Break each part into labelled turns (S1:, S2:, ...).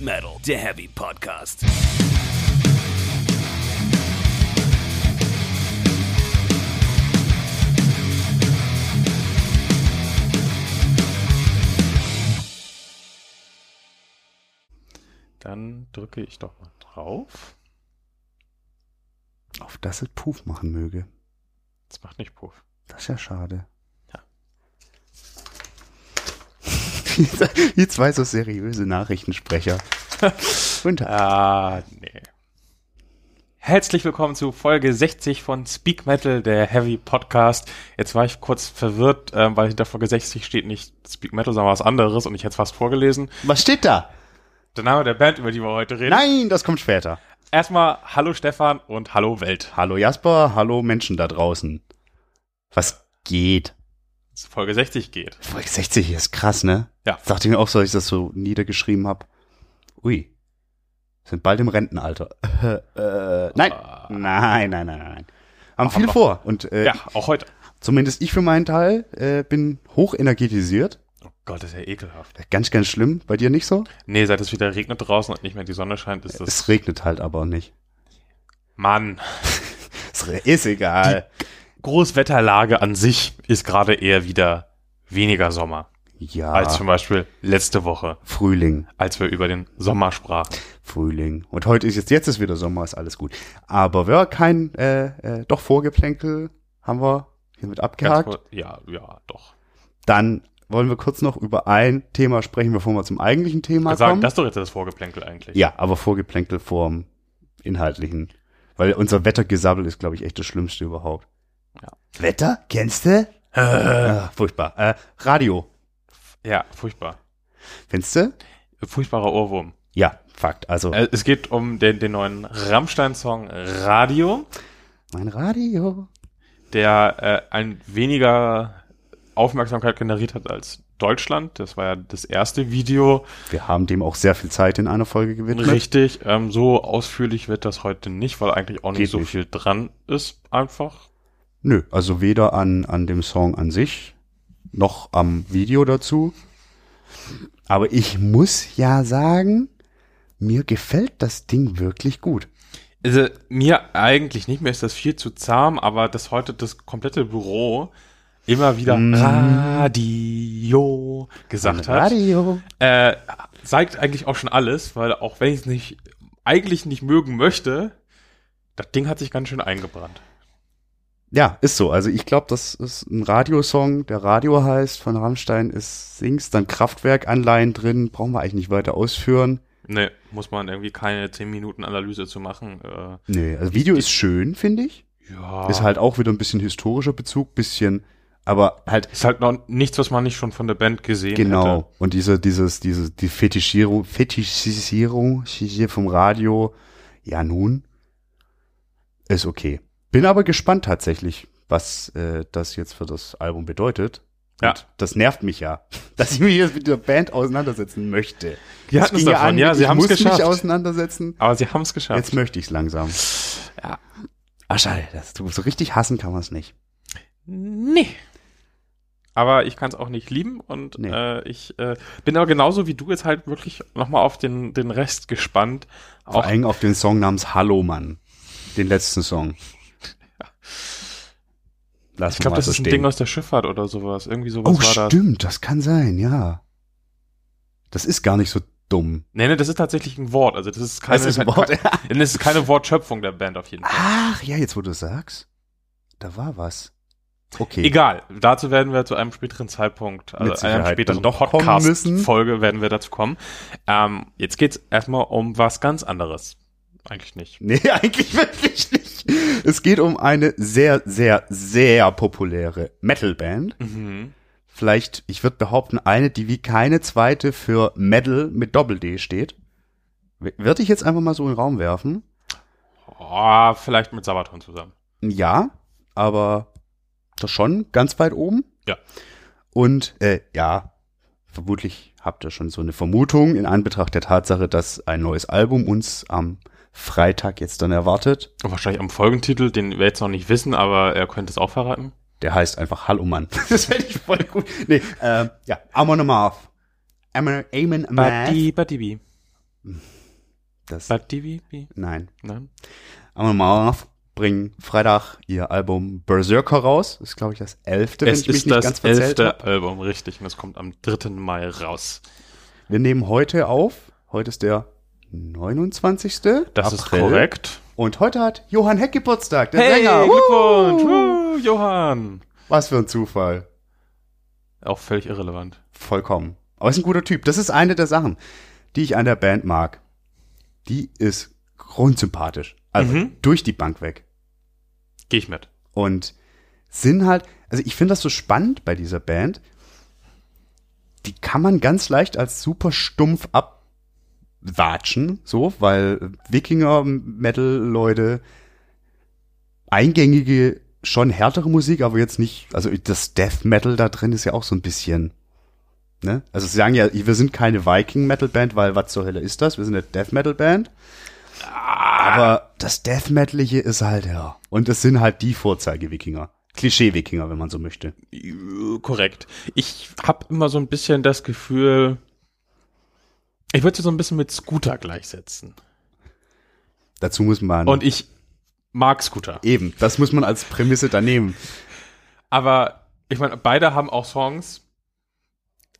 S1: Metal, der Heavy Podcast.
S2: Dann drücke ich doch mal drauf.
S3: Auf das es Puff machen möge.
S2: Das macht nicht Puff.
S3: Das ist ja schade.
S2: Ja.
S3: Jetzt zwei so seriöse Nachrichtensprecher. Guten Tag.
S2: Ah, nee. Herzlich willkommen zu Folge 60 von Speak Metal, der Heavy Podcast. Jetzt war ich kurz verwirrt, ähm, weil hinter Folge 60 steht nicht Speak Metal, sondern was anderes und ich hätte es fast vorgelesen.
S3: Was steht da?
S2: Der Name der Band, über die wir heute reden.
S3: Nein, das kommt später.
S2: Erstmal Hallo Stefan und Hallo Welt.
S3: Hallo Jasper, hallo Menschen da draußen. Was geht?
S2: Dass Folge 60 geht.
S3: Folge 60 hier ist krass, ne?
S2: Ja.
S3: Dachte ich mir auch so, als ich das so niedergeschrieben habe. Ui. Sind bald im Rentenalter. Äh, äh, nein. Nein, nein, nein, nein. nein. Haben viel
S2: wir.
S3: vor. Und äh,
S2: Ah. Ja, auch heute.
S3: zumindest ich für meinen Teil äh, bin hochenergetisiert.
S2: Oh Gott, das ist ja ekelhaft.
S3: Ganz, ganz schlimm. Bei dir nicht so?
S2: Nee, seit es wieder regnet draußen und nicht mehr die Sonne scheint, ist das...
S3: Es regnet halt aber nicht.
S2: Mann.
S3: Es re- ist egal.
S2: Großwetterlage an sich ist gerade eher wieder weniger Sommer
S3: Ja,
S2: als zum Beispiel letzte Woche,
S3: Frühling,
S2: als wir über den Sommer sprachen.
S3: Frühling. Und heute ist jetzt, jetzt ist wieder Sommer, ist alles gut. Aber ja, kein, äh, äh, doch Vorgeplänkel haben wir hiermit
S2: Ganz
S3: abgehakt.
S2: kurz- ja, ja, doch.
S3: Dann wollen wir kurz noch über ein Thema sprechen, bevor wir zum eigentlichen Thema
S2: Ich sagen,
S3: kommen.
S2: das ist doch jetzt das Vorgeplänkel eigentlich.
S3: ja, aber Vorgeplänkel vorm inhaltlichen. Weil unser Wettergesabbel ist, glaube ich, echt das Schlimmste überhaupt.
S2: Ja. Äh.
S3: Wetter? Kennst du? Ah, furchtbar. Äh, Radio.
S2: Ja, furchtbar.
S3: Findest du?
S2: Furchtbarer Ohrwurm.
S3: Ja, Fakt. Also,
S2: Äh, Es geht um den, den neuen Rammstein-Song Radio,
S3: mein Radio.
S2: der äh, ein weniger Aufmerksamkeit generiert hat als Deutschland. Das war ja das erste Video.
S3: Wir haben dem auch sehr viel Zeit in einer Folge gewidmet.
S2: Richtig, ähm, so ausführlich wird das heute nicht, weil eigentlich auch nicht
S3: Geht
S2: so
S3: nicht.
S2: viel dran ist, einfach.
S3: Nö, also weder an, an dem Song an sich noch am Video dazu. Aber ich muss ja sagen, mir gefällt das Ding wirklich gut.
S2: Also mir eigentlich nicht, mir ist das viel zu zahm, aber dass heute das komplette Büro immer wieder
S3: Mm.
S2: Radio gesagt hat,
S3: Radio.
S2: äh, zeigt eigentlich auch schon alles, weil auch wenn ich es nicht eigentlich nicht mögen möchte, das Ding hat sich ganz schön eingebrannt.
S3: Ja, ist so. Also ich glaube, das ist ein Radiosong, der Radio heißt, von Rammstein ist Sings, dann Kraftwerk-Anleihen drin, brauchen wir eigentlich nicht weiter ausführen.
S2: Ne, muss man irgendwie keine 10 Minuten Analyse zu machen. Äh,
S3: Nö, also Video ist schön, finde ich.
S2: ja.
S3: Ist halt auch wieder ein bisschen historischer Bezug, bisschen, aber halt
S2: ist halt noch nichts, was man nicht schon von der Band gesehen
S3: Genau.
S2: hätte.
S3: Und diese, dieses, diese, die Fetischierung, Fetischisierung hier vom Radio, ja nun, ist okay. Bin aber gespannt tatsächlich, was äh, das jetzt für das Album bedeutet.
S2: Ja.
S3: Und das nervt mich ja, dass ich mich jetzt mit der Band auseinandersetzen möchte.
S2: Wir
S3: Das
S2: hatten es
S3: ging
S2: davon, ja, sie
S3: ich
S2: haben's
S3: muss
S2: geschafft.
S3: mich auseinandersetzen.
S2: Aber sie haben es geschafft.
S3: Jetzt möchte ich es langsam.
S2: Ja.
S3: Ach, schade, das, so richtig hassen kann man es nicht.
S2: Nee. Aber ich kann es auch nicht lieben und
S3: Nee.
S2: äh, ich äh, bin aber genauso wie du jetzt halt wirklich nochmal auf den, den Rest gespannt.
S3: Vor
S2: Auch,
S3: allem auf den Song namens Hallo Mann, den letzten Song. Lass
S2: ich glaube,
S3: mal
S2: das
S3: so
S2: ist ein
S3: stehen.
S2: Ding aus der Schifffahrt oder sowas. Irgendwie sowas
S3: Oh,
S2: war das.
S3: stimmt, das kann sein, ja. Das ist gar nicht so dumm.
S2: Nee, nee, das ist tatsächlich ein Wort. Also das ist keine,
S3: Das ist ein
S2: kein-
S3: Wort.
S2: Kein, das ist keine Wortschöpfung der Band auf jeden Fall.
S3: Ach, ja, jetzt wo du sagst, da war was. Okay.
S2: Egal, dazu werden wir zu einem späteren Zeitpunkt,
S3: Ah, Mit
S2: also einer
S3: Sicherheit dann
S2: späteren
S3: doch kommen müssen.
S2: Podcast-Folge werden wir dazu kommen. Ähm, jetzt geht's erstmal um was ganz anderes. Eigentlich nicht.
S3: Nee, eigentlich wirklich nicht. Es geht um eine sehr, sehr, sehr populäre Metal-Band.
S2: Mhm.
S3: Vielleicht, ich würde behaupten, eine, die wie keine zweite für Metal mit Doppel-D steht. Würde ich jetzt einfach mal so in den Raum werfen.
S2: Oh, vielleicht mit Sabaton zusammen.
S3: Ja, aber das schon ganz weit oben.
S2: Ja.
S3: Und äh, ja, vermutlich habt ihr schon so eine Vermutung in Anbetracht der Tatsache, dass ein neues Album uns am Freitag jetzt dann erwartet.
S2: Und Wahrscheinlich am Folgentitel, den wir jetzt noch nicht wissen, aber er könnte es auch verraten.
S3: Der heißt einfach Hallo Mann. Das fände ich voll gut. äh, Nee, ähm, ja, Amon Amarth. Amon Amarth.
S2: Badi, badi, bi.
S3: Das,
S2: Bad Divi? Wie?
S3: nein.
S2: Nein?
S3: Aber mal bringen Freitag ihr Album Berserker raus. Das ist, glaube ich, das elfte, wenn
S2: es
S3: ich mich
S2: ist
S3: nicht
S2: das
S3: ganz verzählt
S2: elfte
S3: habe.
S2: Album, richtig. Und es kommt am 3. Mai raus.
S3: Wir nehmen heute auf. Heute ist der 29.
S2: Das ist korrekt.
S3: Und heute hat Johann Heck Geburtstag, der
S2: Hey,
S3: Sänger.
S2: Glückwunsch!
S3: Wuhu!
S2: Wuhu, Johann!
S3: Was für ein Zufall.
S2: Auch völlig irrelevant.
S3: Vollkommen. Aber ist ein guter Typ. Das ist eine der Sachen, die ich an der Band mag. Die ist grundsympathisch. Also
S2: Mhm.
S3: durch die Bank weg.
S2: Gehe ich mit.
S3: Und sind halt, also ich finde das so spannend bei dieser Band. Die kann man ganz leicht als super stumpf abwatschen, so, weil Wikinger-Metal-Leute eingängige, schon härtere Musik, aber jetzt nicht, also das Death Metal da drin ist ja auch so ein bisschen, ne? Also sie sagen ja, wir sind keine Viking-Metal-Band, weil was zur Hölle ist das? Wir sind eine Death Metal-Band.
S2: Ah.
S3: Aber das Death Metalige ist halt, ja. Und es sind halt die Vorzeige-Wikinger. Klischee-Wikinger, wenn man so möchte.
S2: Äh, Korrekt. Ich habe immer so ein bisschen das Gefühl, ich würde sie so ein bisschen mit Scooter gleichsetzen.
S3: Dazu muss man.
S2: Und ich mag Scooter.
S3: eben, das muss man als Prämisse da nehmen.
S2: Aber ich meine, beide haben auch Songs,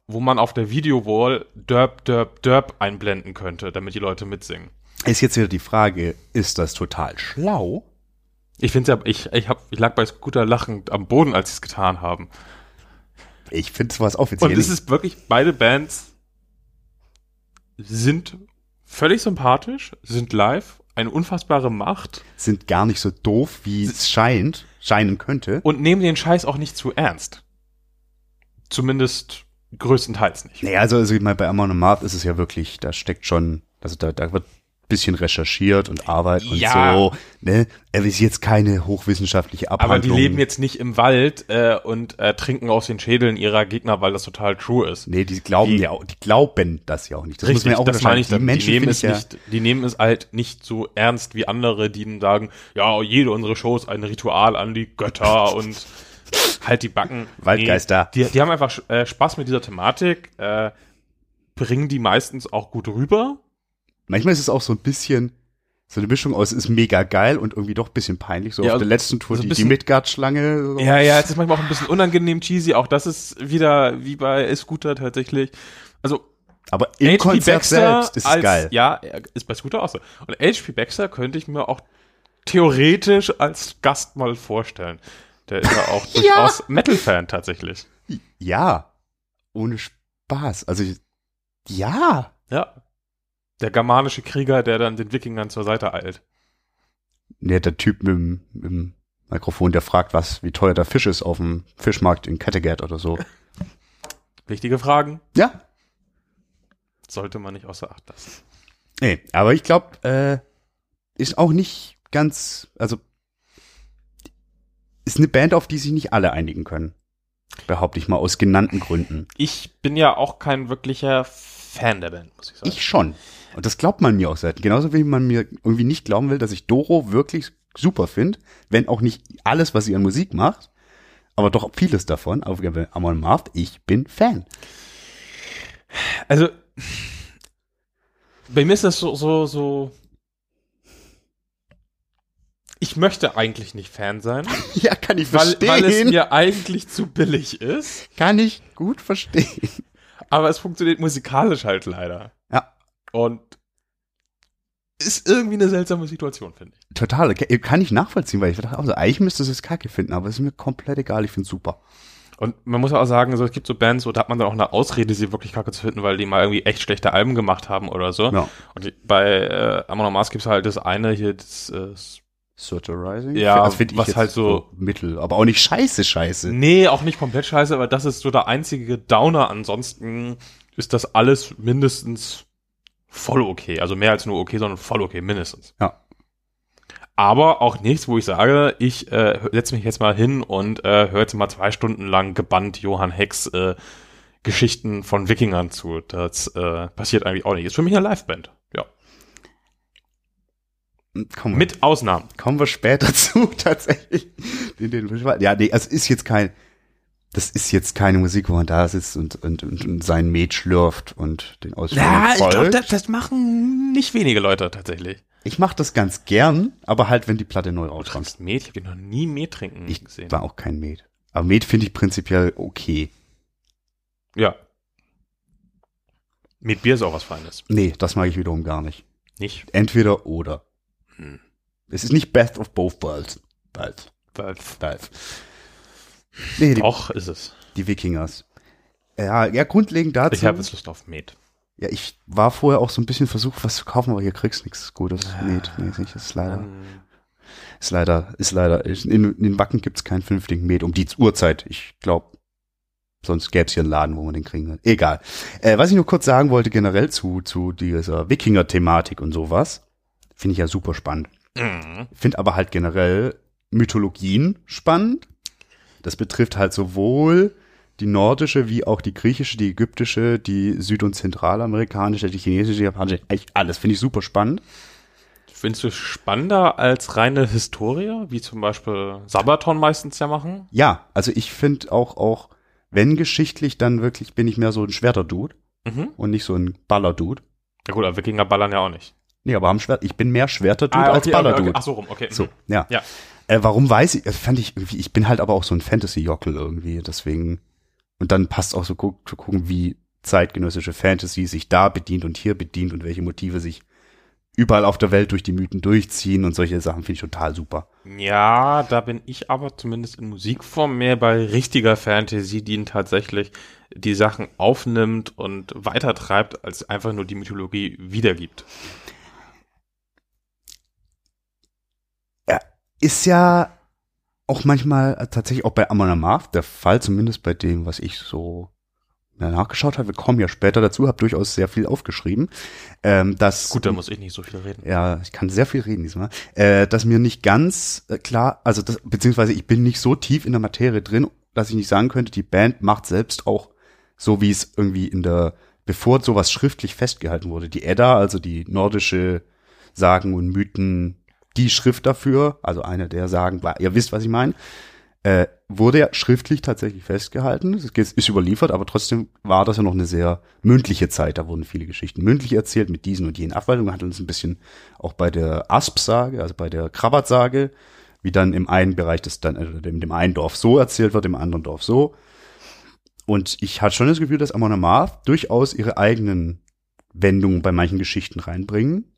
S2: wo man auf der Videowall Derp, Derp, Derp einblenden könnte, damit die Leute mitsingen.
S3: Ist jetzt wieder die Frage, ist das total schlau?
S2: Ich finde ja, ich, ich, hab, ich lag bei Scooter lachend am Boden, als sie es getan haben.
S3: Ich finde sowas offiziell.
S2: Und es ist wirklich, beide Bands sind völlig sympathisch, sind live, eine unfassbare Macht
S3: sind gar nicht so doof, wie es scheint, scheinen könnte.
S2: und nehmen den Scheiß auch nicht zu ernst. Zumindest größtenteils nicht.
S3: Naja, also, also ich meine, bei Amon Amarth ist es ja wirklich, da steckt schon, also da, da wird ein bisschen recherchiert und Arbeit und
S2: Ja.
S3: so. Ne? Er ist jetzt keine hochwissenschaftliche Abhandlung.
S2: Aber die leben jetzt nicht im Wald äh, und äh, trinken aus den Schädeln ihrer Gegner, weil das total true ist.
S3: Nee, die glauben
S2: Die-
S3: ja auch, die glauben das ja auch nicht. Das muss man ja auch
S2: das meine ich
S3: unterscheiden.
S2: damit.
S3: Die Menschen
S2: die, nehmen
S3: finde
S2: es
S3: ich ja,
S2: nicht, die nehmen es halt nicht so ernst wie andere, die ihnen sagen, ja, jede unserer Shows ein Ritual an die Götter und halt die Backen.
S3: Waldgeister.
S2: Nee, die, die haben einfach äh, Spaß mit dieser Thematik, äh, bringen die meistens auch gut rüber.
S3: Manchmal ist es auch so ein bisschen so eine Mischung aus, ist mega geil und irgendwie doch ein bisschen peinlich. So
S2: Ja,
S3: auf der letzten Tour
S2: so ein
S3: die, die
S2: bisschen-
S3: Midgard-Schlange. So.
S2: Ja, ja, es ist manchmal auch ein bisschen unangenehm cheesy, auch das ist wieder wie bei Scooter tatsächlich. Also
S3: Aber im
S2: H.P.
S3: Konzert selbst ist es
S2: als,
S3: geil.
S2: Ja, er ist bei Scooter auch so. Und HP Baxter könnte ich mir auch theoretisch als Gast mal vorstellen. Der ist ja auch durchaus Metal-Fan tatsächlich.
S3: Ja. Ohne Spaß. Also, ich- ja.
S2: Ja. Der germanische Krieger, der dann den Wikingern zur Seite eilt.
S3: Nee, der Typ mit dem, mit dem Mikrofon, der fragt, was, wie teuer der Fisch ist auf dem Fischmarkt in Kattegat oder so.
S2: Wichtige Fragen
S3: Ja.
S2: sollte man nicht außer Acht lassen.
S3: Nee, aber ich glaube, äh, ist auch nicht ganz, also ist eine Band, auf die sich nicht alle einigen können. Behaupte ich mal aus genannten Gründen.
S2: Ich bin ja auch kein wirklicher Fan der Band, muss ich sagen.
S3: Ich schon. Und das glaubt man mir auch selten. Genauso wie man mir irgendwie nicht glauben will, dass ich Doro wirklich super finde, wenn auch nicht alles, was sie an Musik macht, aber doch vieles davon. Auf Amon Marth, ich bin Fan.
S2: Also, bei mir ist das so, so, so. Ich möchte eigentlich nicht Fan sein,
S3: Ja, kann ich
S2: weil, weil es
S3: verstehen.
S2: mir eigentlich zu billig ist.
S3: kann ich gut verstehen.
S2: Aber es funktioniert musikalisch halt leider.
S3: Ja.
S2: Und ist irgendwie eine seltsame Situation, finde ich.
S3: Total, okay, äh, kann ich nachvollziehen, weil ich dachte, also eigentlich müsste es jetzt kacke finden, aber es ist mir komplett egal, ich finde super.
S2: Und man muss auch sagen, so, es gibt so Bands, so, da hat man dann auch eine Ausrede, sie wirklich kacke zu finden, weil die mal irgendwie echt schlechte Alben gemacht haben oder so.
S3: Ja.
S2: Und die- bei äh, Amon Mars gibt es halt das eine hier, das äh,
S3: Surter Rising?
S2: Ja,
S3: das Also find ich
S2: was
S3: jetzt
S2: halt so-
S3: mittel, aber auch nicht scheiße, scheiße.
S2: Nee, auch nicht komplett scheiße, aber das ist so der einzige Downer. Ansonsten ist das alles mindestens voll okay. Also mehr als nur okay, sondern voll okay, mindestens.
S3: Ja.
S2: Aber auch nichts, wo ich sage, ich äh, setze mich jetzt mal hin und äh, höre jetzt mal zwei Stunden lang gebannt Johann Hex äh, Geschichten von Wikingern zu. Das äh, passiert eigentlich auch nicht. Ist für mich eine Liveband. Ja.
S3: Hm, Komm,
S2: Mit Ausnahmen.
S3: kommen wir später zu, tatsächlich. Den, den, ja, nee, es ist jetzt kein, das ist jetzt keine Musik, wo man da sitzt und, und, und, und sein Met schlürft und den Ausführungen
S2: Ja, ich
S3: folgt.
S2: glaube, das, das machen nicht wenige Leute tatsächlich.
S3: ich mache das ganz gern, aber halt, wenn die Platte neu rauskommt.
S2: Trinkst Met? Ich habe noch nie Met trinken
S3: Ich
S2: gesehen.
S3: war auch kein Met. Aber Met finde ich prinzipiell okay.
S2: Ja. Mit Bier ist auch was Feines.
S3: Nee, das mag ich wiederum gar nicht.
S2: Nicht?
S3: Entweder oder.
S2: Hm.
S3: Es ist nicht best of both worlds. Worlds.
S2: Weil
S3: Worlds. Nee, die,
S2: auch ist es.
S3: die Wikingers. Ja, ja, grundlegend dazu.
S2: Ich habe jetzt Lust auf Met.
S3: Ja, ich war vorher auch so ein bisschen versucht, was zu kaufen, aber hier kriegst nichts Gutes. Met-mäßig. Ist leider,
S2: Ähm,
S3: ist leider, ist leider. In, in Wacken gibt's keinen vernünftigen Met um die Uhrzeit. Ich glaube, sonst gäb's hier einen Laden, wo man den kriegen kann. Egal. Äh, was ich nur kurz sagen wollte, generell zu, zu dieser Wikinger-Thematik und sowas, finde ich ja super spannend.
S2: Mhm.
S3: Finde aber halt generell Mythologien spannend. Das betrifft halt sowohl die nordische wie auch die griechische, die ägyptische, die süd- und zentralamerikanische, die chinesische, die japanische. Echt alles finde ich super spannend.
S2: Findest du es spannender als reine Historie, wie zum Beispiel Sabaton meistens ja machen?
S3: Ja, also ich finde auch, auch wenn geschichtlich, dann wirklich bin ich mehr so ein Schwerter-Dude
S2: Mhm.
S3: und nicht so ein Baller-Dude.
S2: Ja gut, aber Wikinger ballern ja auch nicht.
S3: Nee, aber am Schwert, ich bin mehr Schwerter-Dude als Baller-Dude.
S2: Ach so rum, Ah, okay.
S3: So,
S2: Mhm.
S3: ja.
S2: Ja.
S3: Äh, warum weiß ich, äh, fand ich irgendwie, ich bin halt aber auch so ein Fantasy-Jockel irgendwie, deswegen. Und dann passt auch so gu zu gucken, wie zeitgenössische Fantasy sich da bedient und hier bedient und welche Motive sich überall auf der Welt durch die Mythen durchziehen und solche Sachen finde ich total super.
S2: Ja, da bin ich aber zumindest in Musikform mehr bei richtiger Fantasy, die ihn tatsächlich die Sachen aufnimmt und weitertreibt, als einfach nur die Mythologie wiedergibt.
S3: Ist ja auch manchmal äh, tatsächlich auch bei Amon Amarth der Fall, zumindest bei dem, was ich so ja, nachgeschaut habe. Wir kommen ja später dazu, habe durchaus sehr viel aufgeschrieben. Ähm, dass
S2: Gut, da muss ich nicht so viel reden.
S3: Ja, ich kann sehr viel reden diesmal. Äh, dass mir nicht ganz äh, klar, also das, beziehungsweise ich bin nicht so tief in der Materie drin, dass ich nicht sagen könnte, die Band macht selbst auch so, wie es irgendwie in der, bevor sowas schriftlich festgehalten wurde. Die Edda, also die nordische Sagen und Mythen, die Schrift dafür, also eine der Sagen, war, ihr wisst, was ich meine, äh, wurde ja schriftlich tatsächlich festgehalten. Es geht- ist überliefert, aber trotzdem war das ja noch eine sehr mündliche Zeit. Da wurden viele Geschichten mündlich erzählt mit diesen und jenen Abweichungen. Hat uns ein bisschen auch bei der Asp-Sage, also bei der Krabbat-Sage, wie dann im einen Bereich das dann, also dem, dem einen Dorf so erzählt wird, im anderen Dorf so. Und ich hatte schon das Gefühl, dass Amon Amarth durchaus ihre eigenen Wendungen bei manchen Geschichten reinbringen.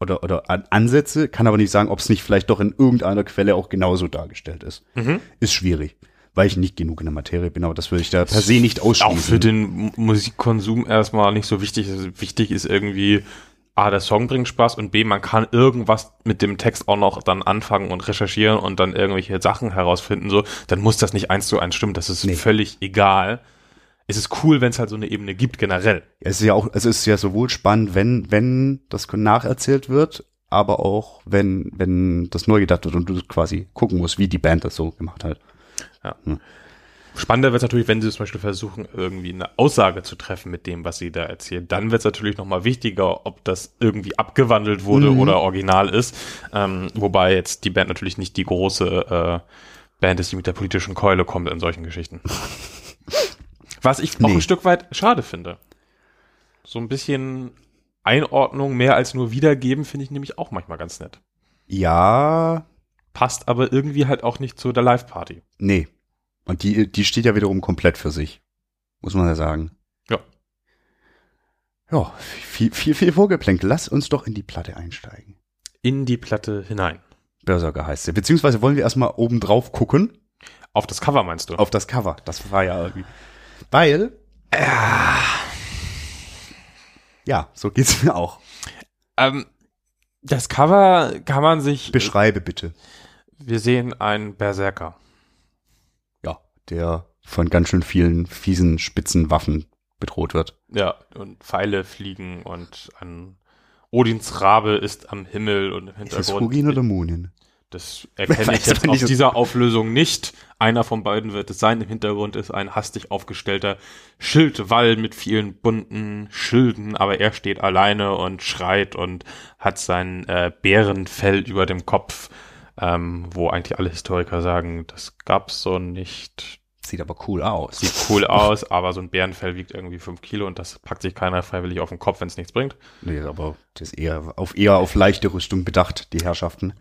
S3: Oder, oder An- Ansätze, kann aber nicht sagen, ob es nicht vielleicht doch in irgendeiner Quelle auch genauso dargestellt ist
S2: Mhm.
S3: ist schwierig, weil ich nicht genug in der Materie bin, aber das würde ich da per se nicht ausschließen.
S2: Auch für den M- Musikkonsum erstmal nicht so wichtig. Also Wichtig ist irgendwie, A, der Song bringt Spaß und B, man kann irgendwas mit dem Text auch noch dann anfangen und recherchieren und dann irgendwelche Sachen herausfinden. So, dann muss das nicht eins zu eins stimmen. Das ist
S3: Nee.
S2: völlig egal. Es ist cool, wenn es halt so eine Ebene gibt, generell.
S3: es ist ja auch, es ist ja sowohl spannend, wenn, wenn das nacherzählt wird, aber auch wenn, wenn das neu gedacht wird und du quasi gucken musst, wie die Band das so gemacht hat.
S2: Spannender wird es natürlich, wenn sie zum Beispiel versuchen, irgendwie eine Aussage zu treffen mit dem, was sie da erzählt. Dann wird es natürlich nochmal wichtiger, ob das irgendwie abgewandelt wurde oder original ist. Ähm, wobei jetzt die Band natürlich nicht die große äh, Band ist, die mit der politischen Keule kommt in solchen Geschichten. Was ich auch
S3: Nee.
S2: ein Stück weit schade finde. So ein bisschen Einordnung mehr als nur wiedergeben, finde ich nämlich auch manchmal ganz nett.
S3: Ja,
S2: Passt aber irgendwie halt auch nicht zu der Live-Party.
S3: nee. Und die, die steht ja wiederum komplett für sich. Muss man ja sagen.
S2: Ja.
S3: Ja, viel, viel, viel Vorgeplänkel. Lass uns doch in die Platte einsteigen.
S2: In die Platte hinein.
S3: Berserker heißt sie. Beziehungsweise wollen wir erstmal oben drauf gucken.
S2: Auf das Cover meinst du?
S3: auf das Cover. Das war ja irgendwie. Weil. äh, Ja, so geht's mir auch.
S2: Ähm, das Cover kann man sich.
S3: Beschreibe bitte.
S2: Wir sehen einen Berserker.
S3: Ja, der von ganz schön vielen fiesen, spitzen Waffen bedroht wird.
S2: Ja, und Pfeile fliegen und ein Odins Rabe ist am Himmel und im
S3: Ist es
S2: Hintergrund.
S3: Hugin oder Munin?
S2: das erkenne
S3: Weiß
S2: ich jetzt
S3: man
S2: aus
S3: nicht.
S2: dieser Auflösung nicht. Einer von beiden wird es sein. Im Hintergrund ist ein hastig aufgestellter Schildwall mit vielen bunten Schilden, aber er steht alleine und schreit und hat sein äh, Bärenfell über dem Kopf, ähm, wo eigentlich alle Historiker sagen, das gab's so nicht.
S3: Sieht aber cool aus.
S2: Sieht cool aus, aber so ein Bärenfell wiegt irgendwie 5 Kilo und das packt sich keiner freiwillig auf den Kopf, wenn es nichts bringt.
S3: Nee, aber das ist eher auf, eher auf leichte Rüstung bedacht, die Herrschaften.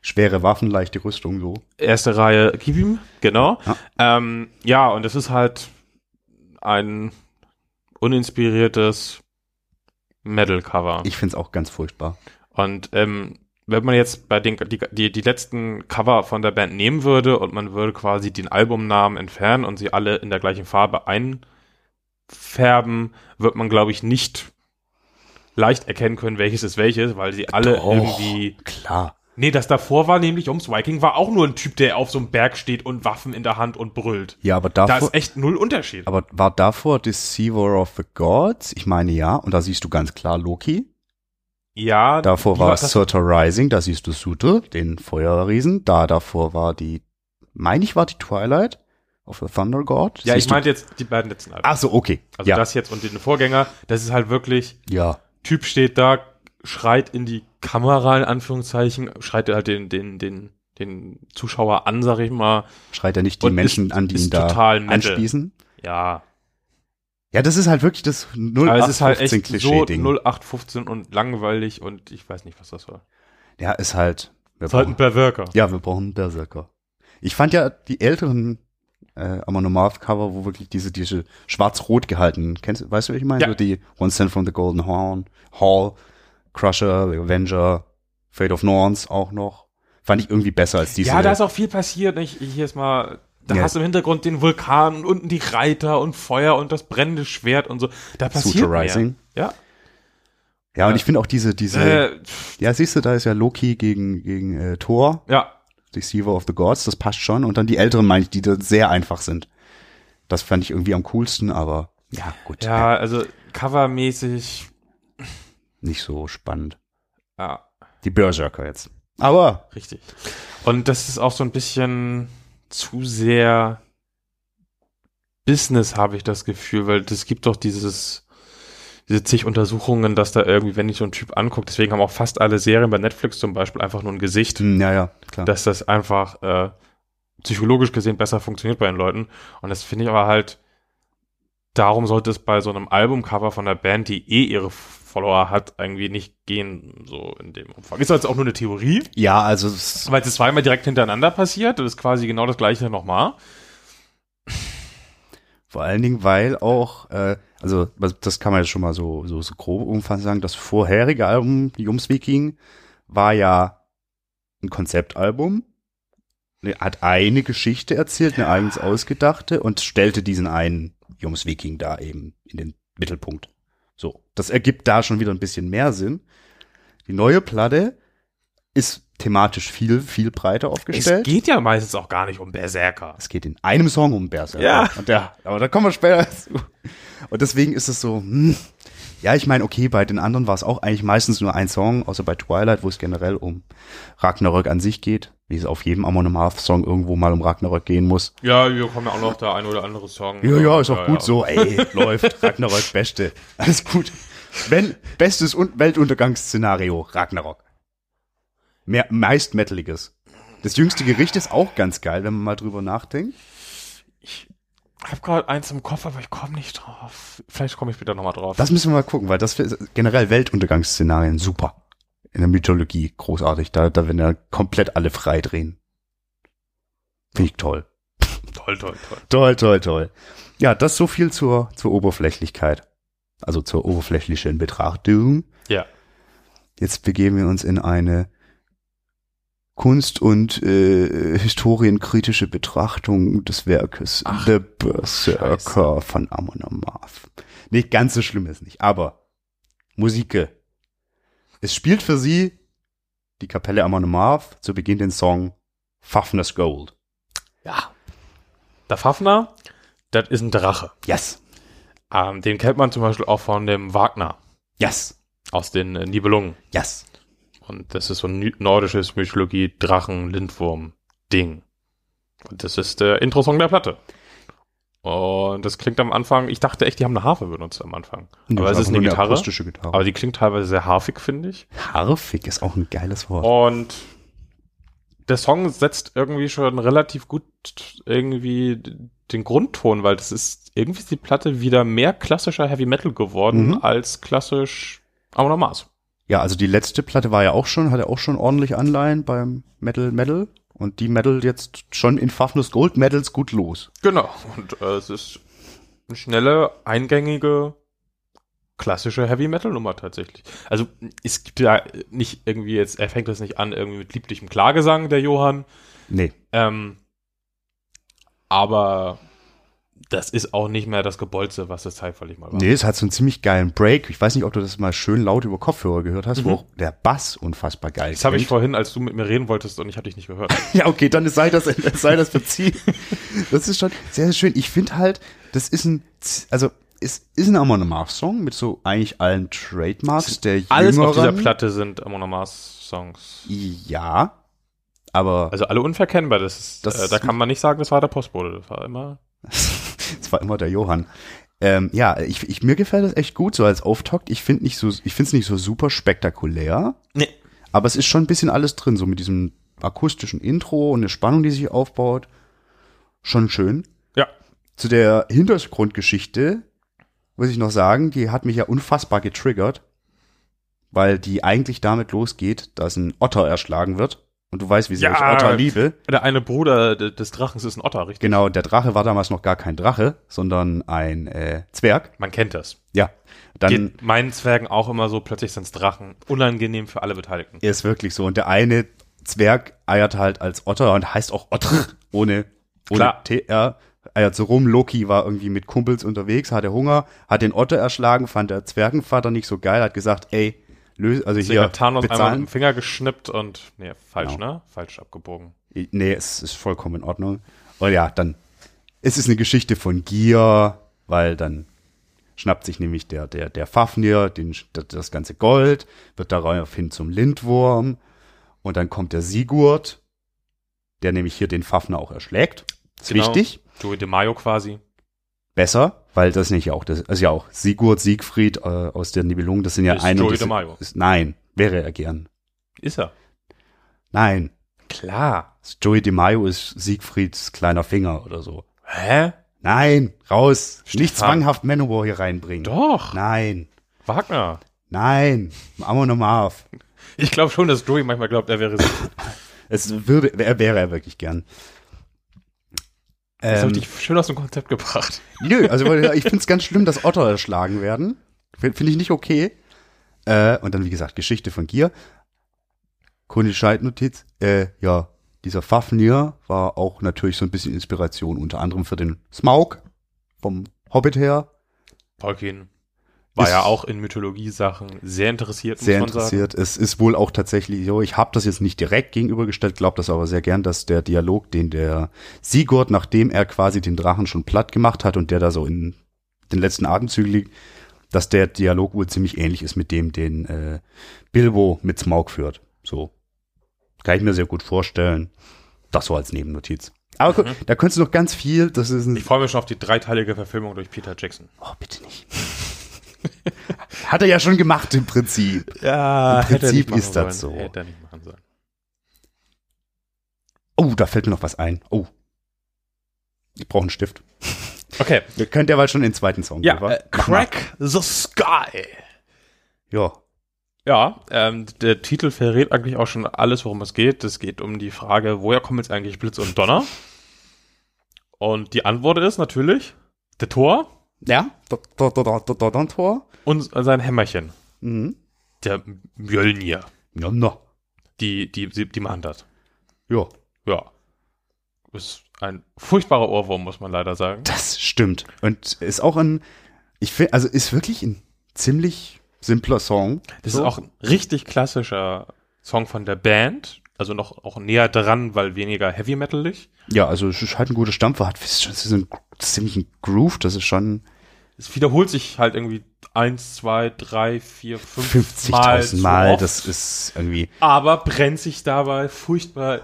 S3: Schwere Waffen, leichte Rüstung, so.
S2: Erste Reihe gib ihm, genau. Ja, ähm, ja und es ist halt ein uninspiriertes Metal-Cover.
S3: Ich find's auch ganz furchtbar.
S2: Und ähm, wenn man jetzt bei den die, die, die letzten Cover von der Band nehmen würde und man würde quasi den Albumnamen entfernen und sie alle in der gleichen Farbe einfärben, wird man, glaube ich, nicht leicht erkennen können, welches ist welches, weil sie alle
S3: Doch,
S2: irgendwie.
S3: Klar.
S2: Nee, das davor war nämlich ums Viking war auch nur ein Typ, der auf so einem Berg steht und Waffen in der Hand und brüllt.
S3: Ja, aber
S2: Da
S3: davor,
S2: ist echt null Unterschied.
S3: aber war davor Deceiver of the Gods? Ich meine ja, und da siehst du ganz klar Loki.
S2: Ja,
S3: Davor
S2: die
S3: war
S2: war das-
S3: Surtur Rising, da siehst du Sute, den Feuerriesen. Da davor war die, meine ich, war die Twilight of the Thunder God.
S2: ja, ich
S3: Siehst du-
S2: meinte jetzt die beiden letzten Alben.
S3: Ach so, okay.
S2: Also
S3: ja.
S2: das jetzt und den Vorgänger, das ist halt wirklich
S3: ja.
S2: Typ steht da, schreit in die Kamera, in Anführungszeichen, schreit halt den, den, den, den Zuschauer an, sag ich mal.
S3: Schreit er nicht die
S2: Und
S3: Menschen
S2: ist-
S3: an, die
S2: ist
S3: ihn da
S2: total Metal.
S3: anspießen?
S2: Ja.
S3: Ja, das ist halt wirklich das
S2: Aber es ist halt echt
S3: 0815
S2: so
S3: Klischee-Ding.
S2: 0815 und langweilig und ich weiß nicht, was das soll.
S3: ja, ist halt. Wir
S2: Das ist halt ein
S3: brauchen,
S2: Berserker.
S3: ja, wir brauchen einen Berserker. Ich fand ja die älteren äh, Amonomath-Cover, wo wirklich diese, diese schwarz-rot gehalten, kennst du, weißt du, was ich meine?
S2: Ja.
S3: So die One Stand from the Golden Horn, Hall, Crusher, The Avenger, Fate of Norns auch noch. Fand ich irgendwie besser als diese.
S2: Ja, da ist auch viel passiert. Ich, ich jetzt mal, da
S3: Ja.
S2: hast du im Hintergrund den Vulkan und unten die Reiter und Feuer und das brennende Schwert und so. Da passiert
S3: Suture
S2: mehr.
S3: Rising.
S2: Ja.
S3: Ja, und ich finde auch diese, diese,
S2: Äh,
S3: ja, siehst du, da ist ja Loki gegen, gegen äh, Thor.
S2: ja.
S3: Deceiver of the Gods, das passt schon. Und dann die älteren meine ich, die da sehr einfach sind. Das fand ich irgendwie am coolsten, aber ja, gut.
S2: Ja, also covermäßig.
S3: Nicht so spannend.
S2: Ja.
S3: Die Berserker jetzt. Aber
S2: Richtig. Und das ist auch so ein bisschen zu sehr Business, habe ich das Gefühl, weil es gibt doch dieses, diese zig Untersuchungen, dass da irgendwie, wenn ich so einen Typ anguckt, deswegen haben auch fast alle Serien bei Netflix zum Beispiel einfach nur ein Gesicht,
S3: hm, ja, ja, klar.
S2: dass das einfach äh, psychologisch gesehen besser funktioniert bei den Leuten. Und das finde ich aber halt, darum sollte es bei so einem Albumcover von einer Band, die eh ihre Follower hat, irgendwie nicht gehen, so in dem Umfang. Ist jetzt auch nur eine Theorie.
S3: ja, also es,
S2: Weil es zweimal direkt hintereinander passiert, das ist quasi genau das gleiche nochmal.
S3: vor allen Dingen, weil auch, äh, also was- das kann man jetzt schon mal so, so, so grob umfassend sagen, das vorherige Album, die Jums Viking, war ja ein Konzeptalbum. Ne, Hat eine Geschichte erzählt, eine eigens ausgedachte und stellte diesen einen Jums Viking da eben in den Mittelpunkt. So, das ergibt da schon wieder ein bisschen mehr Sinn. Die neue Platte ist thematisch viel, viel breiter
S2: Es
S3: aufgestellt.
S2: geht ja meistens auch gar nicht um Berserker.
S3: Es geht in einem Song um Berserker.
S2: Ja.
S3: Und ja, aber da kommen wir später zu. Und deswegen ist es so, hm, ja, ich meine, okay, bei den anderen war es auch eigentlich meistens nur ein Song, außer bei Twilight, wo es generell um Ragnarök an sich geht, wie es auf jedem Amon Amarth Song irgendwo mal um Ragnarök gehen muss.
S2: Ja, hier kommen ja auch noch der ein oder andere Song.
S3: Ja, ja, ist auch gut so. Ey, läuft. Ragnarök, Beste. Alles gut. Wenn, bestes und Weltuntergangsszenario, Ragnarok. Mehr, meist metaliges. Das jüngste Gericht ist auch ganz geil, wenn man mal drüber nachdenkt.
S2: Ich hab gerade eins im Kopf, aber ich komme nicht drauf. Vielleicht komme ich später nochmal drauf.
S3: Das müssen wir mal gucken, weil das ist generell Weltuntergangsszenarien super. In der Mythologie großartig. Da, da werden ja komplett alle frei drehen. Finde ich toll.
S2: toll, toll, toll.
S3: Toll, toll, toll. Ja, das so viel zur, zur Oberflächlichkeit. Also zur oberflächlichen Betrachtung.
S2: Ja.
S3: Jetzt begeben wir uns in eine Kunst- und äh, historienkritische Betrachtung des Werkes The Berserker von Amon Amarth. Nicht ganz so schlimm ist nicht, aber Musike. Es spielt für sie die Kapelle Amon Amarth zu Beginn den Song Fafner's Gold.
S2: Der Fafner, das ist ein Drache.
S3: Yes,
S2: Ähm, den kennt man zum Beispiel auch von dem Wagner
S3: yes,
S2: aus den äh, Nibelungen.
S3: yes.
S2: Und das ist so ein nü- nordisches Mythologie-Drachen-Lindwurm-Ding. Und das ist der Intro-Song der Platte. Und das klingt am Anfang, ich dachte echt, die haben eine Harfe benutzt am Anfang. aber es ist eine Gitarre.
S3: akustische Gitarre.
S2: Aber die klingt teilweise sehr harfig, finde ich.
S3: Harfig ist auch ein geiles Wort.
S2: Und der Song setzt irgendwie schon relativ gut irgendwie den Grundton, weil das ist irgendwie ist die Platte wieder mehr klassischer Heavy Metal geworden
S3: Mhm.
S2: als klassisch Amon Mars.
S3: Ja, also die letzte Platte war ja auch schon, hatte auch schon ordentlich Anleihen beim Metal Metal. Und die Metal jetzt schon in Fafnus Gold Medals gut los.
S2: Genau. Und äh, es ist eine schnelle, eingängige, klassische Heavy Metal Nummer tatsächlich. Also es gibt ja nicht irgendwie jetzt, er fängt das nicht an irgendwie mit lieblichem Klagesang, der Johann,
S3: Nee.
S2: Ähm, aber das ist auch nicht mehr das Gebolze, was das zeitweilig mal war.
S3: Nee, es hat so einen ziemlich geilen Break. Ich weiß nicht, ob du das mal schön laut über Kopfhörer gehört hast,
S2: Mhm.
S3: wo auch der Bass unfassbar geil
S2: Das habe ich
S3: klingt.
S2: vorhin, als du mit mir reden wolltest und ich habe dich nicht gehört.
S3: Ja, okay, dann sei das, sei das verziehen. Das ist schon sehr, sehr schön. Ich finde halt, das ist ein, Z- also, es ist ein Amon Amarth Song mit so eigentlich allen Trademarks der
S2: Alles
S3: jüngeren.
S2: auf dieser Platte sind Amon Amarth Songs.
S3: Ja, aber
S2: Also alle unverkennbar. Das ist,
S3: Das
S2: äh, da kann man nicht sagen, das war der Postbote. Das war immer.
S3: es war immer der Johann. Ähm, ja, ich, ich, mir gefällt das echt gut so als Auftakt. Ich finde nicht so, ich finde es nicht so super spektakulär.
S2: Nee.
S3: Aber es ist schon ein bisschen alles drin, so mit diesem akustischen Intro und der Spannung, die sich aufbaut. Schon schön.
S2: Ja.
S3: Zu der Hintergrundgeschichte muss ich noch sagen, die hat mich ja unfassbar getriggert, weil die eigentlich damit losgeht, dass ein Otter erschlagen wird. Und du weißt, wie sehr
S2: Ja.
S3: ich Otter liebe.
S2: Der eine Bruder de- des Drachens ist ein Otter, richtig?
S3: Genau, der Drache war damals noch gar kein Drache, sondern ein äh, Zwerg.
S2: Man kennt das.
S3: Ja, dann
S2: Geht meinen Zwergen auch immer so, plötzlich sind es Drachen. Unangenehm für alle Beteiligten.
S3: ist wirklich so. Und der eine Zwerg eiert halt als Otter und heißt auch Otter ohne, ohne
S2: Klar.
S3: TR. Eiert so rum. Loki war irgendwie mit Kumpels unterwegs, hatte Hunger, hat den Otter erschlagen, fand der Zwergenvater nicht so geil, hat gesagt, ey, löse, also
S2: Deswegen
S3: hier,
S2: hat Thanos einmal mit
S3: bezahlen. Genau.
S2: dem Finger geschnippt und. Nee, falsch, ne? Falsch abgebogen.
S3: Nee, es ist vollkommen in Ordnung. Und ja, dann, es ist eine Geschichte von Gier, weil dann schnappt sich nämlich der, der, der Fafnir den, das ganze Gold, wird daraufhin zum Lindwurm und dann kommt der Sigurd, der nämlich hier den Fafner auch erschlägt. Das ist
S2: Genau.
S3: wichtig.
S2: Joey DeMaio quasi.
S3: Besser, weil das nicht auch, das ist ja auch Sigurd, Siegfried äh, aus der Nibelungen, das sind ja
S2: Ist
S3: ein
S2: Joey
S3: und
S2: de
S3: das,
S2: Mayo.
S3: ist, Nein, wäre er gern.
S2: Ist er.
S3: Nein,
S2: Klar.
S3: Joey DeMaio ist Siegfrieds kleiner Finger oder so.
S2: Hä?
S3: Nein, raus. Nicht
S2: Stefan.
S3: zwanghaft Manowar hier reinbringen.
S2: Doch.
S3: Nein,
S2: Wagner.
S3: nein. Amon Amarth.
S2: Ich glaube schon, dass Joey manchmal glaubt, er wäre so.
S3: Es würde, er wäre er wirklich gern. Ähm,
S2: Das habe ich dich schön aus dem Konzept gebracht.
S3: nö, also weil ich finde es ganz schlimm, dass Otter erschlagen werden. Finde find ich nicht okay. Äh, und dann, wie gesagt, Geschichte von Gier. Kunde Scheidnotiz. Äh, ja, dieser Fafnir war auch natürlich so ein bisschen Inspiration, unter anderem für den Smaug vom Hobbit her.
S2: Tolkien war
S3: Ist-
S2: ja auch in Mythologie-Sachen sehr interessiert,
S3: sehr
S2: muss man
S3: interessiert. Es ist wohl auch tatsächlich so, ich habe das jetzt nicht direkt gegenübergestellt, glaube das aber sehr gern, dass der Dialog, den der Sigurd, nachdem er quasi den Drachen schon platt gemacht hat und der da so in den letzten Atemzügen liegt, dass der Dialog wohl ziemlich ähnlich ist mit dem, den äh, Bilbo mit Smaug führt. So. Kann ich mir sehr gut vorstellen. Das so als Nebennotiz. Aber guck, da könntest du noch ganz viel, das ist ein
S2: sagen. Mhm. Ich freue mich schon auf die dreiteilige Verfilmung durch Peter Jackson.
S3: Oh, bitte nicht. Hat er ja schon gemacht im Prinzip.
S2: Ja,
S3: Im hätte er nicht Prinzip machen ist das sollen. so.
S2: Hätte er nicht machen sollen.
S3: Oh, da fällt mir noch was ein. Oh. Ich brauche einen Stift.
S2: Okay.
S3: Ihr könnt ja mal schon den zweiten Song
S2: Ja,
S3: drüber.
S2: äh,
S3: Mach mal.
S2: Crack the Sky.
S3: Ja.
S2: Ja, ähm, der Titel verrät eigentlich auch schon alles, worum es geht. Es geht um die Frage, woher kommen jetzt eigentlich Blitz und Donner? Und die Antwort ist natürlich der Tor
S3: Ja. Da, da, da, da, da, da, da, Tor.
S2: und sein Hämmerchen,
S3: Mhm.
S2: der Mjölnir,
S3: Ja, na.
S2: die, die, die, die man hand hat.
S3: Ja.
S2: Ja. Ist ein furchtbarer Ohrwurm, muss man leider sagen.
S3: Das stimmt. Und ist auch ein, ich finde, also ist wirklich ein ziemlich simpler Song.
S2: Das
S3: So.
S2: ist auch ein richtig klassischer Song von der Band. Also noch auch näher dran, weil weniger heavy metalig.
S3: Ja, also es ist halt ein guter Stampfer. Hat es ist ein ziemlich ein Groove. Das ist schon
S2: es wiederholt sich halt irgendwie eins, zwei, drei, vier, fünf
S3: 50.000
S2: zu
S3: Mal.
S2: oft,
S3: Das ist irgendwie,
S2: aber brennt sich dabei furchtbar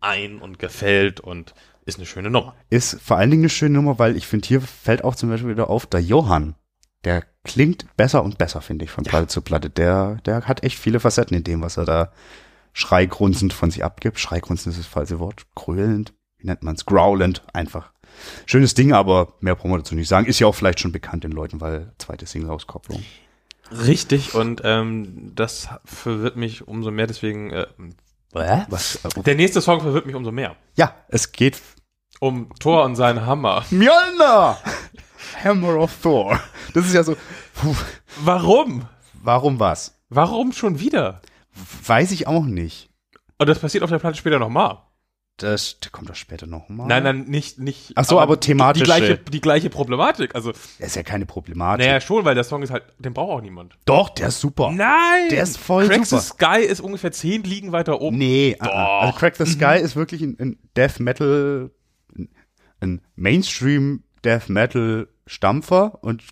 S2: ein und gefällt und ist eine schöne Nummer.
S3: ist vor allen Dingen eine schöne Nummer, weil ich finde, hier fällt auch zum Beispiel wieder auf, der Johann, der klingt besser und besser, finde ich, von Platte zu Platte. Der, der hat echt viele Facetten in dem, was er da schreigrunzend von sich abgibt. Schreigrunzend ist das falsche Wort. Gröhlend. Wie nennt man's? Growlend. Einfach. Schönes Ding, aber mehr brauchen wir dazu nicht sagen. Ist ja auch vielleicht schon bekannt den Leuten, weil zweite Single-Auskopplung.
S2: Richtig, und ähm, das verwirrt mich umso mehr, deswegen. Äh,
S3: Was? äh,
S2: der nächste Song verwirrt mich umso mehr.
S3: Ja, es geht
S2: Um Thor und seinen Hammer.
S3: Mjolnir! Hammer of Thor. Das ist ja so, puh,
S2: Warum?
S3: warum was?
S2: Warum schon wieder?
S3: Weiß ich auch nicht.
S2: Und das passiert auf der Platte später nochmal.
S3: Das kommt doch später nochmal.
S2: Nein, nein, nicht, nicht.
S3: Ach so, aber
S2: die-
S3: thematische.
S2: Die gleiche, die gleiche Problematik. Also,
S3: Das ist ja keine Problematik.
S2: naja, schon, weil der Song ist halt, den braucht auch niemand.
S3: Doch, der ist super.
S2: Nein!
S3: Der ist voll
S2: Cracks
S3: super.
S2: the Sky ist ungefähr zehn Ligen weiter oben.
S3: Nee, ah, ah. also Crack the Sky ist wirklich ein, ein Death Metal, ein- ein Mainstream Death Metal Stampfer und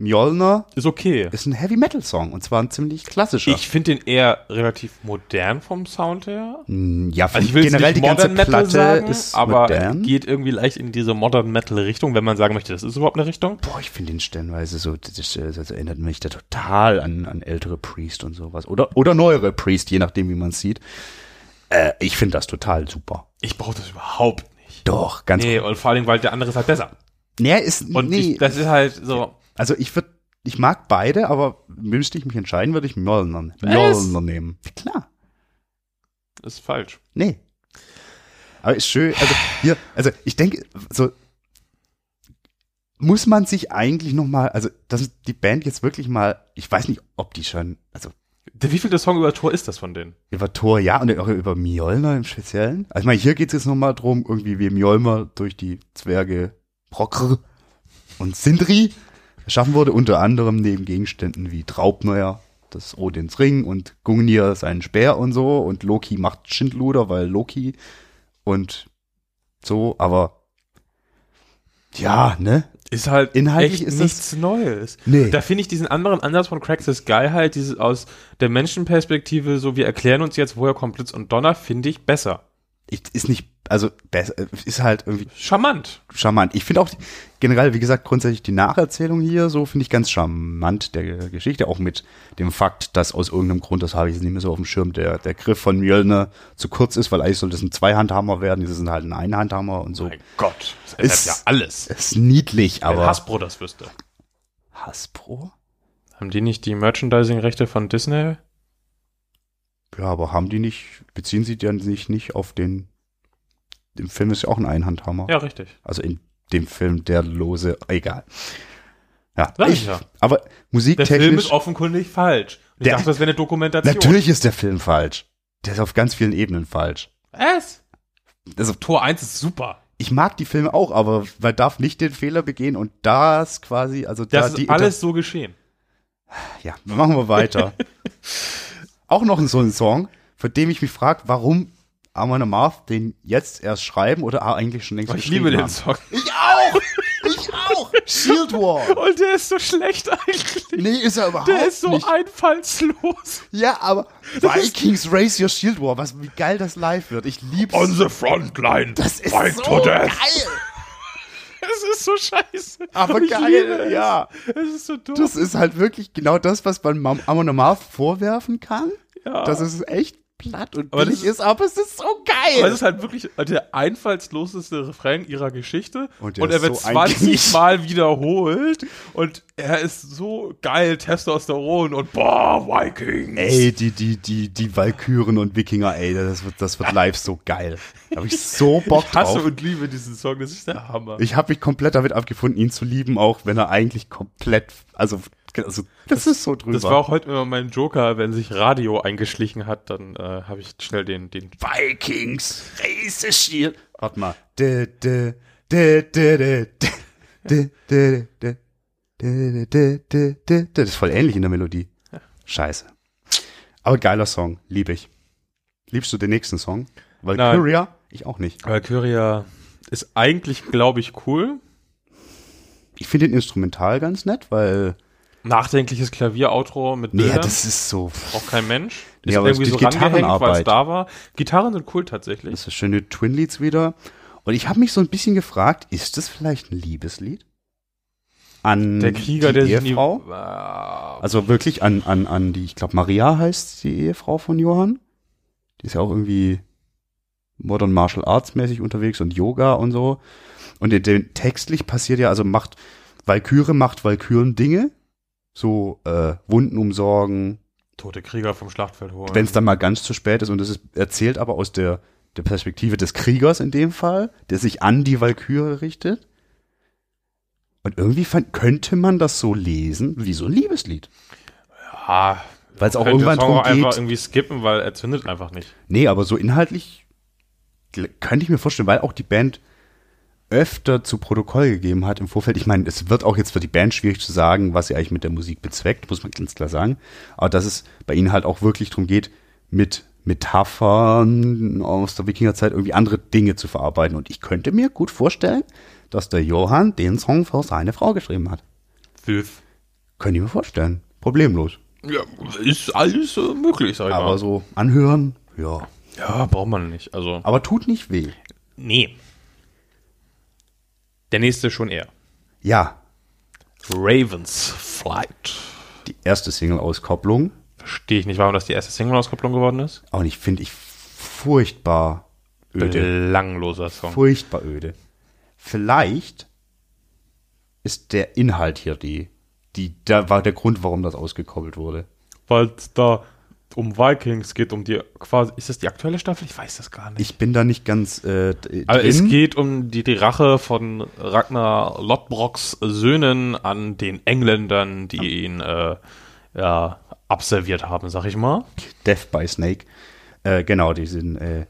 S3: Mjolnir
S2: Ist okay.
S3: ist ein Heavy Metal Song und zwar ein ziemlich klassischer.
S2: Ich finde den eher relativ modern vom Sound her.
S3: Mm, ja,
S2: Also ich will
S3: generell
S2: jetzt nicht
S3: die ganze
S2: Modern Metal
S3: Platte
S2: sagen,
S3: ist
S2: aber
S3: modern.
S2: geht irgendwie leicht in diese Modern Metal Richtung, wenn man sagen möchte, das ist überhaupt eine Richtung.
S3: Boah, ich finde den stellenweise so, das, ist, äh, das erinnert mich da total an, an ältere Priest und sowas. Oder, oder neuere Priest, je nachdem, wie man es sieht. Äh, ich finde das total super.
S2: Ich brauche das überhaupt nicht.
S3: Doch, ganz
S2: Nee, und vor allem, weil der andere ist halt besser.
S3: Nee, ist,
S2: Und
S3: nee.
S2: ich, das ist halt so.
S3: also ich würde, ich mag beide, aber müsste ich mich entscheiden, würde ich Mjolnir,
S2: Was?
S3: Mjolnir nehmen. Klar,
S2: Ist falsch.
S3: nee. Aber ist schön, also hier, also ich denke, so muss man sich eigentlich noch mal, also dass die Band jetzt wirklich mal, ich weiß nicht, ob die schon, also
S2: Der wievielte Song über Tor ist das von denen?
S3: Über Thor, ja, und auch über Mjolnir im Speziellen. Also ich meine, hier geht's jetzt nochmal drum, irgendwie wie Mjolnir durch die Zwerge Brokr und Sindri erschaffen wurde, unter anderem neben Gegenständen wie Traubneuer, das Odins Ring und Gungnir seinen Speer und so und Loki macht Schindluder, weil Loki und so, aber ja, ne?
S2: Ist halt
S3: Inhaltlich
S2: echt
S3: ist das-
S2: nichts Neues.
S3: Nee.
S2: Da finde ich diesen anderen Ansatz von Crack the Sky halt, dieses aus der Menschenperspektive, so wir erklären uns jetzt, woher kommt Blitz und Donner, finde ich besser.
S3: Ich- Ist nicht, also besser- ist halt irgendwie
S2: Charmant.
S3: charmant. Ich finde auch die- generell, wie gesagt, grundsätzlich die Nacherzählung hier so finde ich ganz charmant der Ge- Geschichte, auch mit dem Fakt, dass aus irgendeinem Grund, das habe ich jetzt nicht mehr so auf dem Schirm, der, der Griff von Mjölner zu kurz ist, weil eigentlich sollte es ein Zweihandhammer werden, das ist halt ein Einhandhammer und so.
S2: Gott, das
S3: Ist-
S2: ist ja alles.
S3: ist niedlich,
S2: Wenn
S3: aber
S2: Hasbro das wüsste.
S3: Hasbro?
S2: Haben die nicht die Merchandising-Rechte von Disney?
S3: Ja, aber haben die nicht, beziehen sie dann sich nicht auf den, im Film ist ja auch ein Einhandhammer.
S2: Ja, richtig.
S3: Also in dem Film der lose, egal. Ja,
S2: Sag ich
S3: ich,
S2: ja.
S3: aber
S2: Der
S3: musiktechnisch.
S2: Film ist offenkundig falsch. Und Ich
S3: Der-
S2: dachte, das wäre eine Dokumentation.
S3: Natürlich ist der Film falsch. Der ist auf ganz vielen Ebenen falsch.
S2: Es?
S3: Also,
S2: Tor 1 ist super.
S3: ich mag die Filme auch, aber man darf nicht den Fehler begehen und das quasi, also da
S2: Das
S3: die
S2: ist alles so geschehen.
S3: Inter- ja, machen wir weiter. auch noch so ein Song, von dem ich mich frage, warum Amon Amarth den jetzt erst schreiben oder ah, eigentlich schon längst
S2: Oh, Ich liebe
S3: geschrieben
S2: den
S3: haben.
S2: Song.
S3: Ich auch! Ich auch! Shield War!
S2: Und der ist so schlecht eigentlich.
S3: Nee, ist er überhaupt
S2: Der ist so
S3: nicht.
S2: einfallslos.
S3: Ja, aber Vikings Raise Your Shield War, was, wie geil das live wird. Ich lieb's.
S1: the front line.
S3: das ist so geil!
S2: Es ist so scheiße.
S3: Aber
S2: Ich liebe
S3: geil,
S2: es.
S3: ja.
S2: Es ist so dumm.
S3: Das ist halt wirklich genau das, was man Mam- Amon Amarth vorwerfen kann.
S2: Ja.
S3: Das ist echt platt und
S2: Aber das
S3: billig ist,
S2: ist-
S3: aber es ist so geil.
S2: Aber es ist halt wirklich der einfallsloseste Refrain ihrer Geschichte.
S3: Und der
S2: Und, er
S3: ist
S2: wird
S3: so
S2: 20
S3: eingängig.
S2: Mal wiederholt. Und er ist so geil, Testosteron und boah, Vikings.
S3: ey, die, die, die, die Walküren und Wikinger, ey, das wird, das wird live so geil. Da habe ich so Bock
S2: ich hasse
S3: drauf.
S2: und liebe diesen Song, das ist der Hammer.
S3: Ich habe mich komplett damit abgefunden, ihn zu lieben, auch wenn er eigentlich komplett, also, also das, ist so drüber.
S2: das war auch heute immer mein Joker, wenn sich Radio eingeschlichen hat, dann äh, habe ich schnell den, den
S3: Vikings Raise Your Shield. Warte mal. De, de, de, de, de, de, de, de, de, de, de, de, de, de. Das ist voll ähnlich in der Melodie. Scheiße. Aber geiler Song, lieb ich. Liebst du den nächsten Song? Valkyria? Ich auch nicht.
S2: Valkyria ist eigentlich, glaube ich, cool.
S3: Ich finde den instrumental ganz nett, weil
S2: Nachdenkliches Klavier-Outro mit
S3: nee,
S2: Bildern.
S3: das ist so.
S2: Braucht kein Mensch.
S3: Nee, aber es ist die
S2: weil es
S3: Gitarrenarbeit.
S2: da war. Gitarren sind cool tatsächlich.
S3: Das ist schöne Twin Leads wieder. Und ich habe mich so ein bisschen gefragt, ist das vielleicht ein Liebeslied? An
S2: Der Krieger,
S3: die
S2: der sich Ah, in die-
S3: Ehefrau? Also wirklich an, an, an die, ich glaube, Maria heißt die Ehefrau von Johann. Die ist ja auch irgendwie Modern Martial Arts mäßig unterwegs und Yoga und so. Und in den textlich passiert ja, also macht Valkyrie macht Valkyren Dinge, so äh, Wunden umsorgen,
S2: Tote Krieger vom Schlachtfeld holen.
S3: wenn es dann mal ganz zu spät ist. Und das ist erzählt aber aus der, der Perspektive des Kriegers in dem Fall, der sich an die Valkyrie richtet. Und irgendwie fand, könnte man das so lesen wie so ein Liebeslied.
S2: ja,
S3: Weil es auch
S2: Ah, könnte den
S3: irgendwann
S2: Song
S3: drum
S2: auch einfach
S3: geht.
S2: irgendwie skippen, weil er zündet einfach nicht.
S3: Nee, aber so inhaltlich gl- könnte ich mir vorstellen, weil auch die Band öfter zu Protokoll gegeben hat im Vorfeld. Ich meine, es wird auch jetzt für die Band schwierig zu sagen, was sie eigentlich mit der Musik bezweckt, muss man ganz klar sagen. Aber dass es bei ihnen halt auch wirklich darum geht, mit Metaphern aus der Wikingerzeit irgendwie andere Dinge zu verarbeiten. Und ich könnte mir gut vorstellen, dass der Johann den Song für seine Frau geschrieben hat.
S2: Süß.
S3: Könnte ich mir vorstellen. Problemlos.
S2: Ja, ist alles äh, möglich, sag ich
S3: Aber
S2: mal.
S3: so anhören, ja.
S2: Ja, braucht man nicht. Also.
S3: Aber tut nicht weh.
S2: Nee. Der nächste schon eher.
S3: Ja,
S2: Ravens Flight.
S3: die erste Single-Auskopplung.
S2: Verstehe ich nicht, warum das die erste Single-Auskopplung geworden ist.
S3: Auch nicht, finde ich furchtbar öde.
S2: Belangloser Song.
S3: Furchtbar öde. Vielleicht ist der Inhalt hier die, die, da war der Grund, warum das ausgekoppelt wurde.
S2: Weil es da um Vikings geht, um die quasi. Ist das die aktuelle Staffel? Ich weiß das gar nicht.
S3: Ich bin da nicht ganz äh, d-
S2: Aber es
S3: drin.
S2: geht um die, die Rache von Ragnar Lodbroks Söhnen an den Engländern, die ihn äh, ja, abserviert haben, sag ich mal.
S3: Death by Snake. Äh, genau, die sind äh,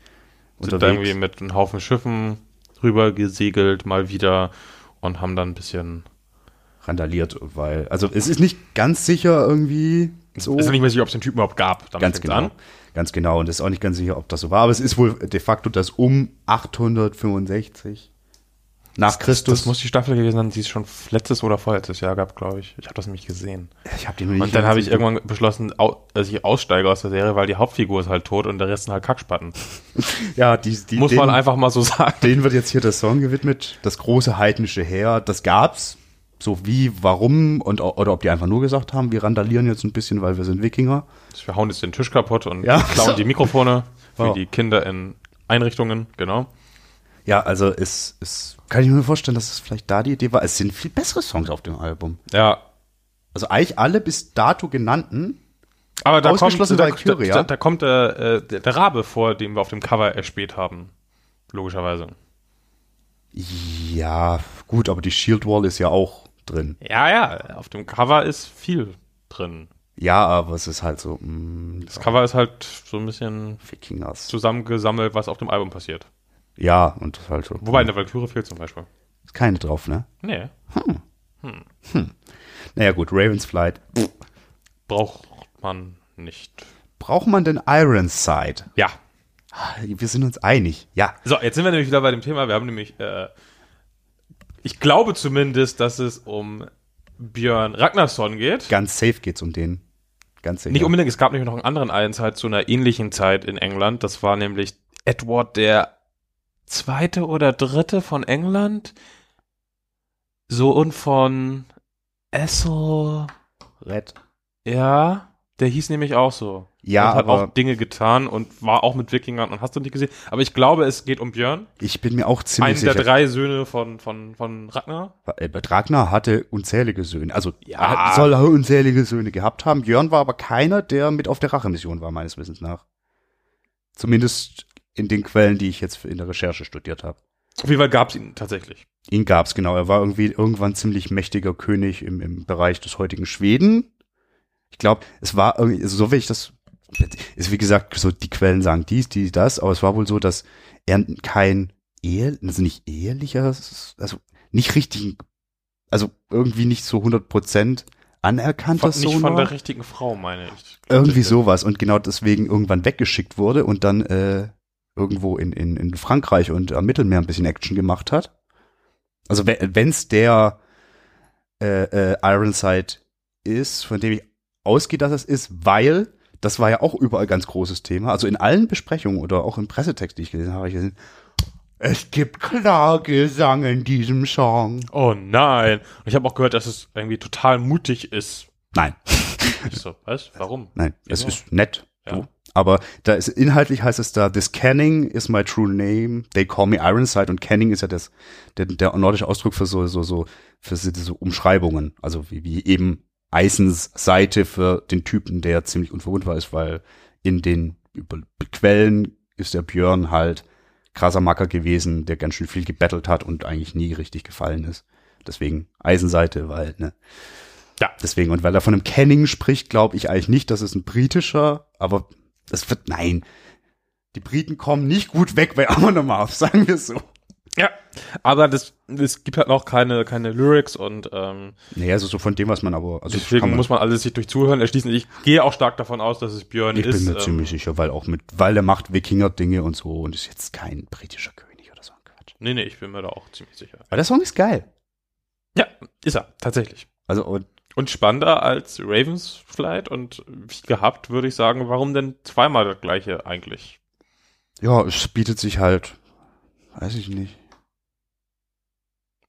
S2: Sind da irgendwie
S3: unterwegs.
S2: mit einem Haufen Schiffen rüber gesegelt, mal wieder und haben dann ein bisschen.
S3: randaliert, weil, also es ist nicht ganz sicher irgendwie so.
S2: Ist ja nicht mehr sicher, ob es den Typen überhaupt gab. Dann
S3: Ganz
S2: fängt's
S3: genau.
S2: an.
S3: Ganz genau. Und es ist auch nicht ganz sicher, ob das so war. Aber es ist wohl de facto das um 865 nach Christus.
S2: Das muss die Staffel gewesen sein, die es schon letztes oder vorletztes Jahr gab, glaube ich. Ich habe das nämlich gesehen.
S3: ich habe die noch nicht.
S2: Und dann habe ich
S3: gesehen.
S2: irgendwann beschlossen, au dass ich aussteige aus der Serie, weil die Hauptfigur ist halt tot und der Rest sind halt Kackspatten.
S3: ja, die, die,
S2: Muss
S3: den,
S2: man einfach mal so sagen.
S3: denen wird jetzt hier der Song gewidmet. Das große heidnische Heer. Das gab's. So wie, warum und o- oder ob die einfach nur gesagt haben, wir randalieren jetzt ein bisschen, weil wir sind Wikinger.
S2: Wir hauen jetzt den Tisch kaputt und
S3: Ja.
S2: klauen die Mikrofone für
S3: Ja.
S2: die Kinder in Einrichtungen, genau.
S3: Ja, also es, es kann ich mir vorstellen, dass es vielleicht da die Idee war. Es sind viel bessere Songs auf dem Album.
S2: Ja,
S3: Also eigentlich alle bis dato genannten.
S2: aber da kommt,
S3: Ausgeschlossen
S2: da, da,
S3: Valkyrie, ja.
S2: da, da kommt der, äh, der, der Rabe vor, den wir auf dem Cover erspäht haben. Logischerweise.
S3: Ja, gut, aber die Shield Wall ist ja auch drin.
S2: Ja, ja, auf dem Cover ist viel drin.
S3: Ja, aber es ist halt so, mh,
S2: Das Cover ist halt so ein bisschen
S3: Wikingers.
S2: zusammengesammelt, was auf dem Album passiert.
S3: Ja, und das ist halt so.
S2: Wobei in der Valkyrie fehlt zum Beispiel.
S3: Ist keine drauf, ne?
S2: Nee,
S3: Naja, gut, Raven's Flight. Pff,
S2: braucht man nicht.
S3: Braucht man denn Ironside?
S2: Ja.
S3: Ah, Wir sind uns einig. Ja,
S2: So, jetzt sind wir nämlich wieder bei dem Thema. Wir haben nämlich, äh, ich glaube zumindest, dass es um Björn Ragnarsson geht.
S3: ganz safe geht's um den. Ganz sicher.
S2: Nicht um- unbedingt, es gab nämlich noch einen anderen Einzeit zu einer ähnlichen Zeit in England. Das war nämlich Edward der Zweite oder Dritte von England. So und von Essel.
S3: Red.
S2: Ja, der hieß nämlich auch so.
S3: Ja,
S2: und hat
S3: aber-
S2: auch Dinge getan und war auch mit Wikingern und hast du nicht gesehen. Aber ich glaube, es geht um Björn,
S3: Ich bin mir auch ziemlich
S2: einen der
S3: sicher.
S2: drei Söhne von, von, von Ragnar.
S3: Äh, Ragnar hatte unzählige Söhne. Also
S2: Ja.
S3: er soll er unzählige Söhne gehabt haben. Björn war aber keiner, der mit auf der Rachemission war, meines Wissens nach. Zumindest in den Quellen, die ich jetzt in der Recherche studiert habe.
S2: Auf jeden Fall gab es ihn tatsächlich.
S3: Ihn gab's genau. Er war irgendwie irgendwann ziemlich mächtiger König im, im Bereich des heutigen Schweden. Ich glaube, es war irgendwie, also so will ich das, ist wie gesagt, so die Quellen sagen dies, dies, das, aber es war wohl so, dass er kein Ehe, also nicht ehelicher, also nicht richtig, also irgendwie nicht so 100 Prozent anerkannter
S2: Von,
S3: Sohn
S2: nicht von
S3: war.
S2: der richtigen Frau, meine ich.
S3: Irgendwie sowas und genau deswegen irgendwann weggeschickt wurde und dann äh, irgendwo in, in, in Frankreich und am Mittelmeer ein bisschen Action gemacht hat. Also we- wenn's der äh, äh, Ironside ist, von dem ich ausgehe, dass es ist, weil das war ja auch überall ganz großes Thema. Also in allen Besprechungen oder auch im Pressetext, die ich gelesen habe, habe ich gesehen, es gibt Klagesang in diesem Song.
S2: Oh nein. Und ich habe auch gehört, dass es irgendwie total mutig ist.
S3: Nein,
S2: Ich so, was? Warum?
S3: nein, es
S2: Wieso?
S3: ist nett.
S2: Ja.
S3: Du, Aber da ist, inhaltlich heißt es da, this Canning is my true name, they call me Ironside und Canning ist ja das, der, der nordische Ausdruck für so, so, so, für so, so Umschreibungen. Also wie, wie eben Eisens Seite für den Typen, der ziemlich unverwundbar ist, weil in den Über Quellen ist der Björn halt krasser Macker gewesen, der ganz schön viel gebettelt hat und eigentlich nie richtig gefallen ist. Deswegen Eisenseite, weil, ne?
S2: Ja.
S3: Deswegen, und weil er von einem Canning spricht, glaube ich eigentlich nicht, dass es ein britischer, aber es wird, nein. Die Briten kommen nicht gut weg bei Amonomorph, sagen wir es so.
S2: Ja, aber das, es gibt halt noch keine, keine Lyrics und ähm,
S3: Naja, also so von dem, was man aber, also
S2: deswegen
S3: kann man,
S2: muss man alles sich durch Zuhören erschließen. Ich gehe auch stark davon aus, dass es Björn
S3: ich
S2: ist.
S3: bin mir
S2: ähm,
S3: ziemlich sicher, weil auch mit, weil er macht Wikinger-Dinge und so und ist jetzt kein britischer König oder so ein Quatsch.
S2: Nee, nee, ich bin mir da auch ziemlich sicher.
S3: Aber der Song ist geil.
S2: Ja, ist er, tatsächlich.
S3: Also, und
S2: Und spannender als Ravens Flight und wie gehabt, würde ich sagen, warum denn zweimal das gleiche eigentlich?
S3: ja, es bietet sich halt, weiß ich nicht.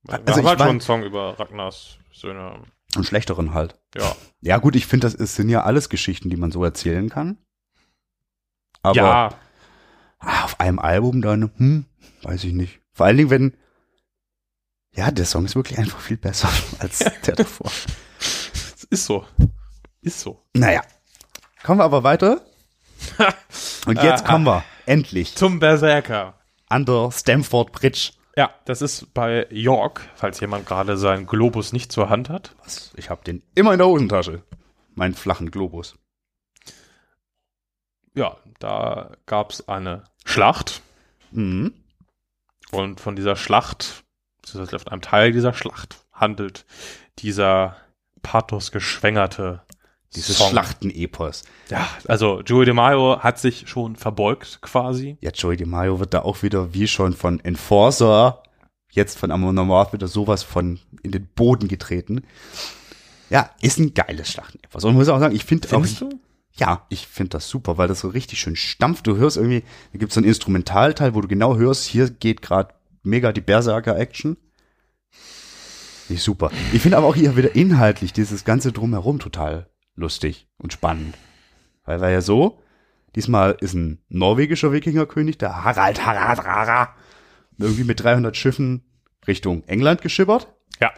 S2: Weil wir
S3: Also
S2: haben
S3: ich
S2: halt
S3: mein-
S2: schon einen Song über Ragnars Söhne.
S3: Einen schlechteren halt.
S2: Ja.
S3: Ja, gut, ich finde, das ist, sind ja alles Geschichten, die man so erzählen kann. Aber
S2: ja,
S3: ah, auf einem Album dann, hm, weiß ich nicht. Vor allen Dingen, wenn, ja, der Song ist wirklich einfach viel besser als der davor.
S2: es ist so. Ist so.
S3: Naja, kommen wir aber weiter. Und jetzt
S2: Aha.
S3: kommen wir endlich
S2: Zum Berserker.
S3: an der Stamford Bridge.
S2: Ja, das ist bei York, falls jemand gerade seinen Globus nicht zur Hand hat.
S3: Was? Ich habe den immer in der Hosentasche. Meinen flachen Globus.
S2: Ja, da gab's eine Schlacht
S3: Mhm.
S2: und von dieser Schlacht, beziehungsweise von einem Teil dieser Schlacht, handelt dieser pathosgeschwängerte
S3: Dieses
S2: Song.
S3: Schlachtenepos.
S2: Ja, also Joey DeMaio hat sich schon verbeugt quasi.
S3: Ja, Joey DeMaio wird da auch wieder, wie schon von Enforcer, jetzt von Amonomorph wieder sowas von in den Boden getreten. Ja, ist ein geiles Schlachtenepos. Und muss auch sagen, ich finde auch,
S2: du?
S3: ja, ich finde das super, weil das so richtig schön stampft. Du hörst irgendwie, da gibt's so einen Instrumentalteil, wo du genau hörst, hier geht gerade mega die Berserker-Action. Nicht super. Ich finde aber auch hier wieder inhaltlich dieses ganze Drumherum total lustig und spannend. Weil war ja so, diesmal ist ein norwegischer Wikingerkönig, der Harald Harald Rara, irgendwie mit 300 Schiffen Richtung England geschippert
S2: Ja.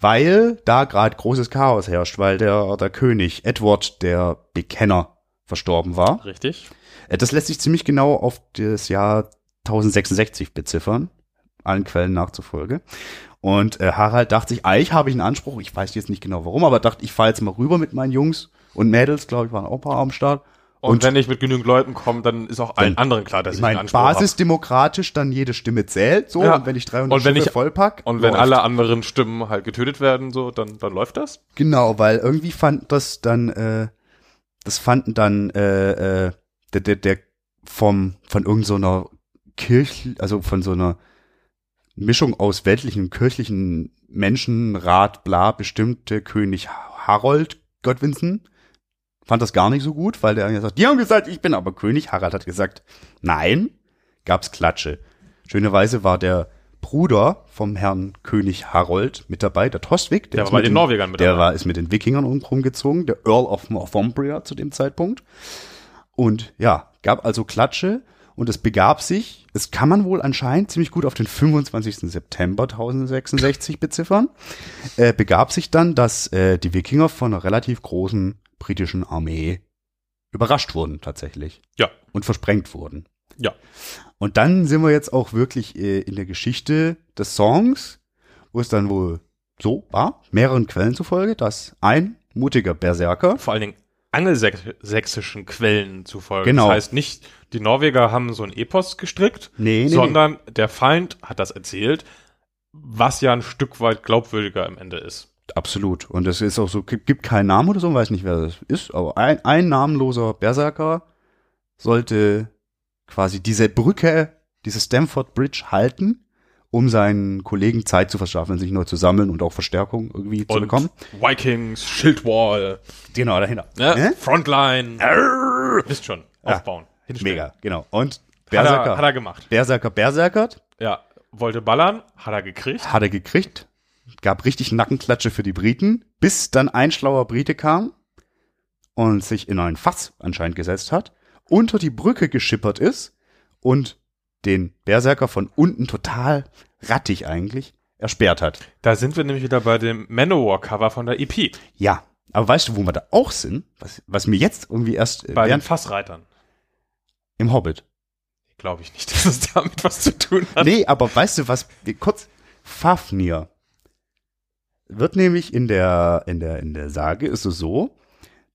S3: weil da gerade großes Chaos herrscht, weil der, der König Edward, der Bekenner, verstorben war.
S2: Richtig.
S3: Äh, Das lässt sich ziemlich genau auf das Jahr 1066 beziffern, allen Quellen nachzufolge. Und äh, Harald dachte sich, eigentlich habe ich einen Anspruch, ich weiß jetzt nicht genau warum, aber dachte, ich fahre jetzt mal rüber mit meinen Jungs und Mädels, glaube ich, waren auch ein paar am Start.
S2: Und, wenn ich mit genügend Leuten komme, dann ist auch allen
S3: Dann-
S2: anderen klar, dass ich,
S3: ich meine,
S2: einen Anspruch habe.
S3: basisdemokratisch dann jede Stimme zählt, so,
S2: Ja.
S3: und wenn ich 300
S2: Und wenn
S3: Schiffe
S2: ich-
S3: vollpack.
S2: Und wenn
S3: läuft.
S2: alle anderen Stimmen halt getötet werden, so, dann, dann läuft das.
S3: Genau, weil irgendwie fand das dann, äh, das fanden dann äh, äh, der, der, der vom von irgendeiner Kirch, also von so einer Mischung aus weltlichen und kirchlichen Menschenrat, bla, bestimmte König Harold Godwinson fand das gar nicht so gut, weil der gesagt, die haben gesagt, ich bin aber König. Harald hat gesagt, nein, gab's Klatsche. Schönerweise war der Bruder vom Herrn König Harold mit dabei, der Tostwig.
S2: Der
S3: ist
S2: war bei
S3: mit
S2: den Norwegern mit
S3: Der
S2: dabei.
S3: war, ist mit den Wikingern um- rumgezogen, der Earl of Northumbria zu dem Zeitpunkt. Und ja, gab also Klatsche und es begab sich, es kann man wohl anscheinend ziemlich gut auf den 25. September 1066 beziffern, äh, begab sich dann, dass äh, die Wikinger von einer relativ großen britischen Armee überrascht wurden tatsächlich
S2: Ja.
S3: und versprengt wurden.
S2: Ja.
S3: Und dann sind wir jetzt auch wirklich äh, in der Geschichte des Songs, wo es dann wohl so war, mehreren Quellen zufolge, dass ein mutiger Berserker
S2: Vor allen Dingen angelsächsischen Quellen zufolge.
S3: Genau.
S2: Das heißt nicht, die Norweger haben so ein Epos gestrickt,
S3: Nee, nee,
S2: sondern der Feind hat das erzählt, was ja ein Stück weit glaubwürdiger am Ende ist.
S3: Absolut. Und es ist auch so, gibt gibt keinen Namen oder so, weiß nicht, wer das ist, aber ein, ein namenloser Berserker sollte quasi diese Brücke, diese Stamford Bridge halten, um seinen Kollegen Zeit zu verschaffen, sich neu zu sammeln und auch Verstärkung irgendwie zu bekommen.
S2: Vikings, Schildwall,
S3: Genau, dahinter.
S2: ne?
S3: Ne?
S2: Frontline. Wisst schon,
S3: Ja.
S2: aufbauen. hinstellen.
S3: Mega, genau. Und
S2: Hat
S3: Berserker,
S2: er, hat er gemacht.
S3: Berserker, Berserkert,
S2: Ja, wollte ballern, hat er gekriegt.
S3: hat er gekriegt, gab richtig Nackenklatsche für die Briten, bis dann ein schlauer Brite kam und sich in ein Fass anscheinend gesetzt hat unter die Brücke geschippert ist und den Berserker von unten total rattig eigentlich ersperrt hat.
S2: Da sind wir nämlich wieder bei dem Manowar-Cover von der E EP,
S3: Ja, aber weißt du, wo wir da auch sind? Was, was mir jetzt irgendwie erst äh,
S2: bei den
S3: während,
S2: Fassreitern.
S3: im Hobbit.
S2: Glaube ich nicht, dass es damit was zu tun hat.
S3: Nee, aber weißt du was? Kurz, Fafnir wird nämlich in der, in der, in der Sage ist es so,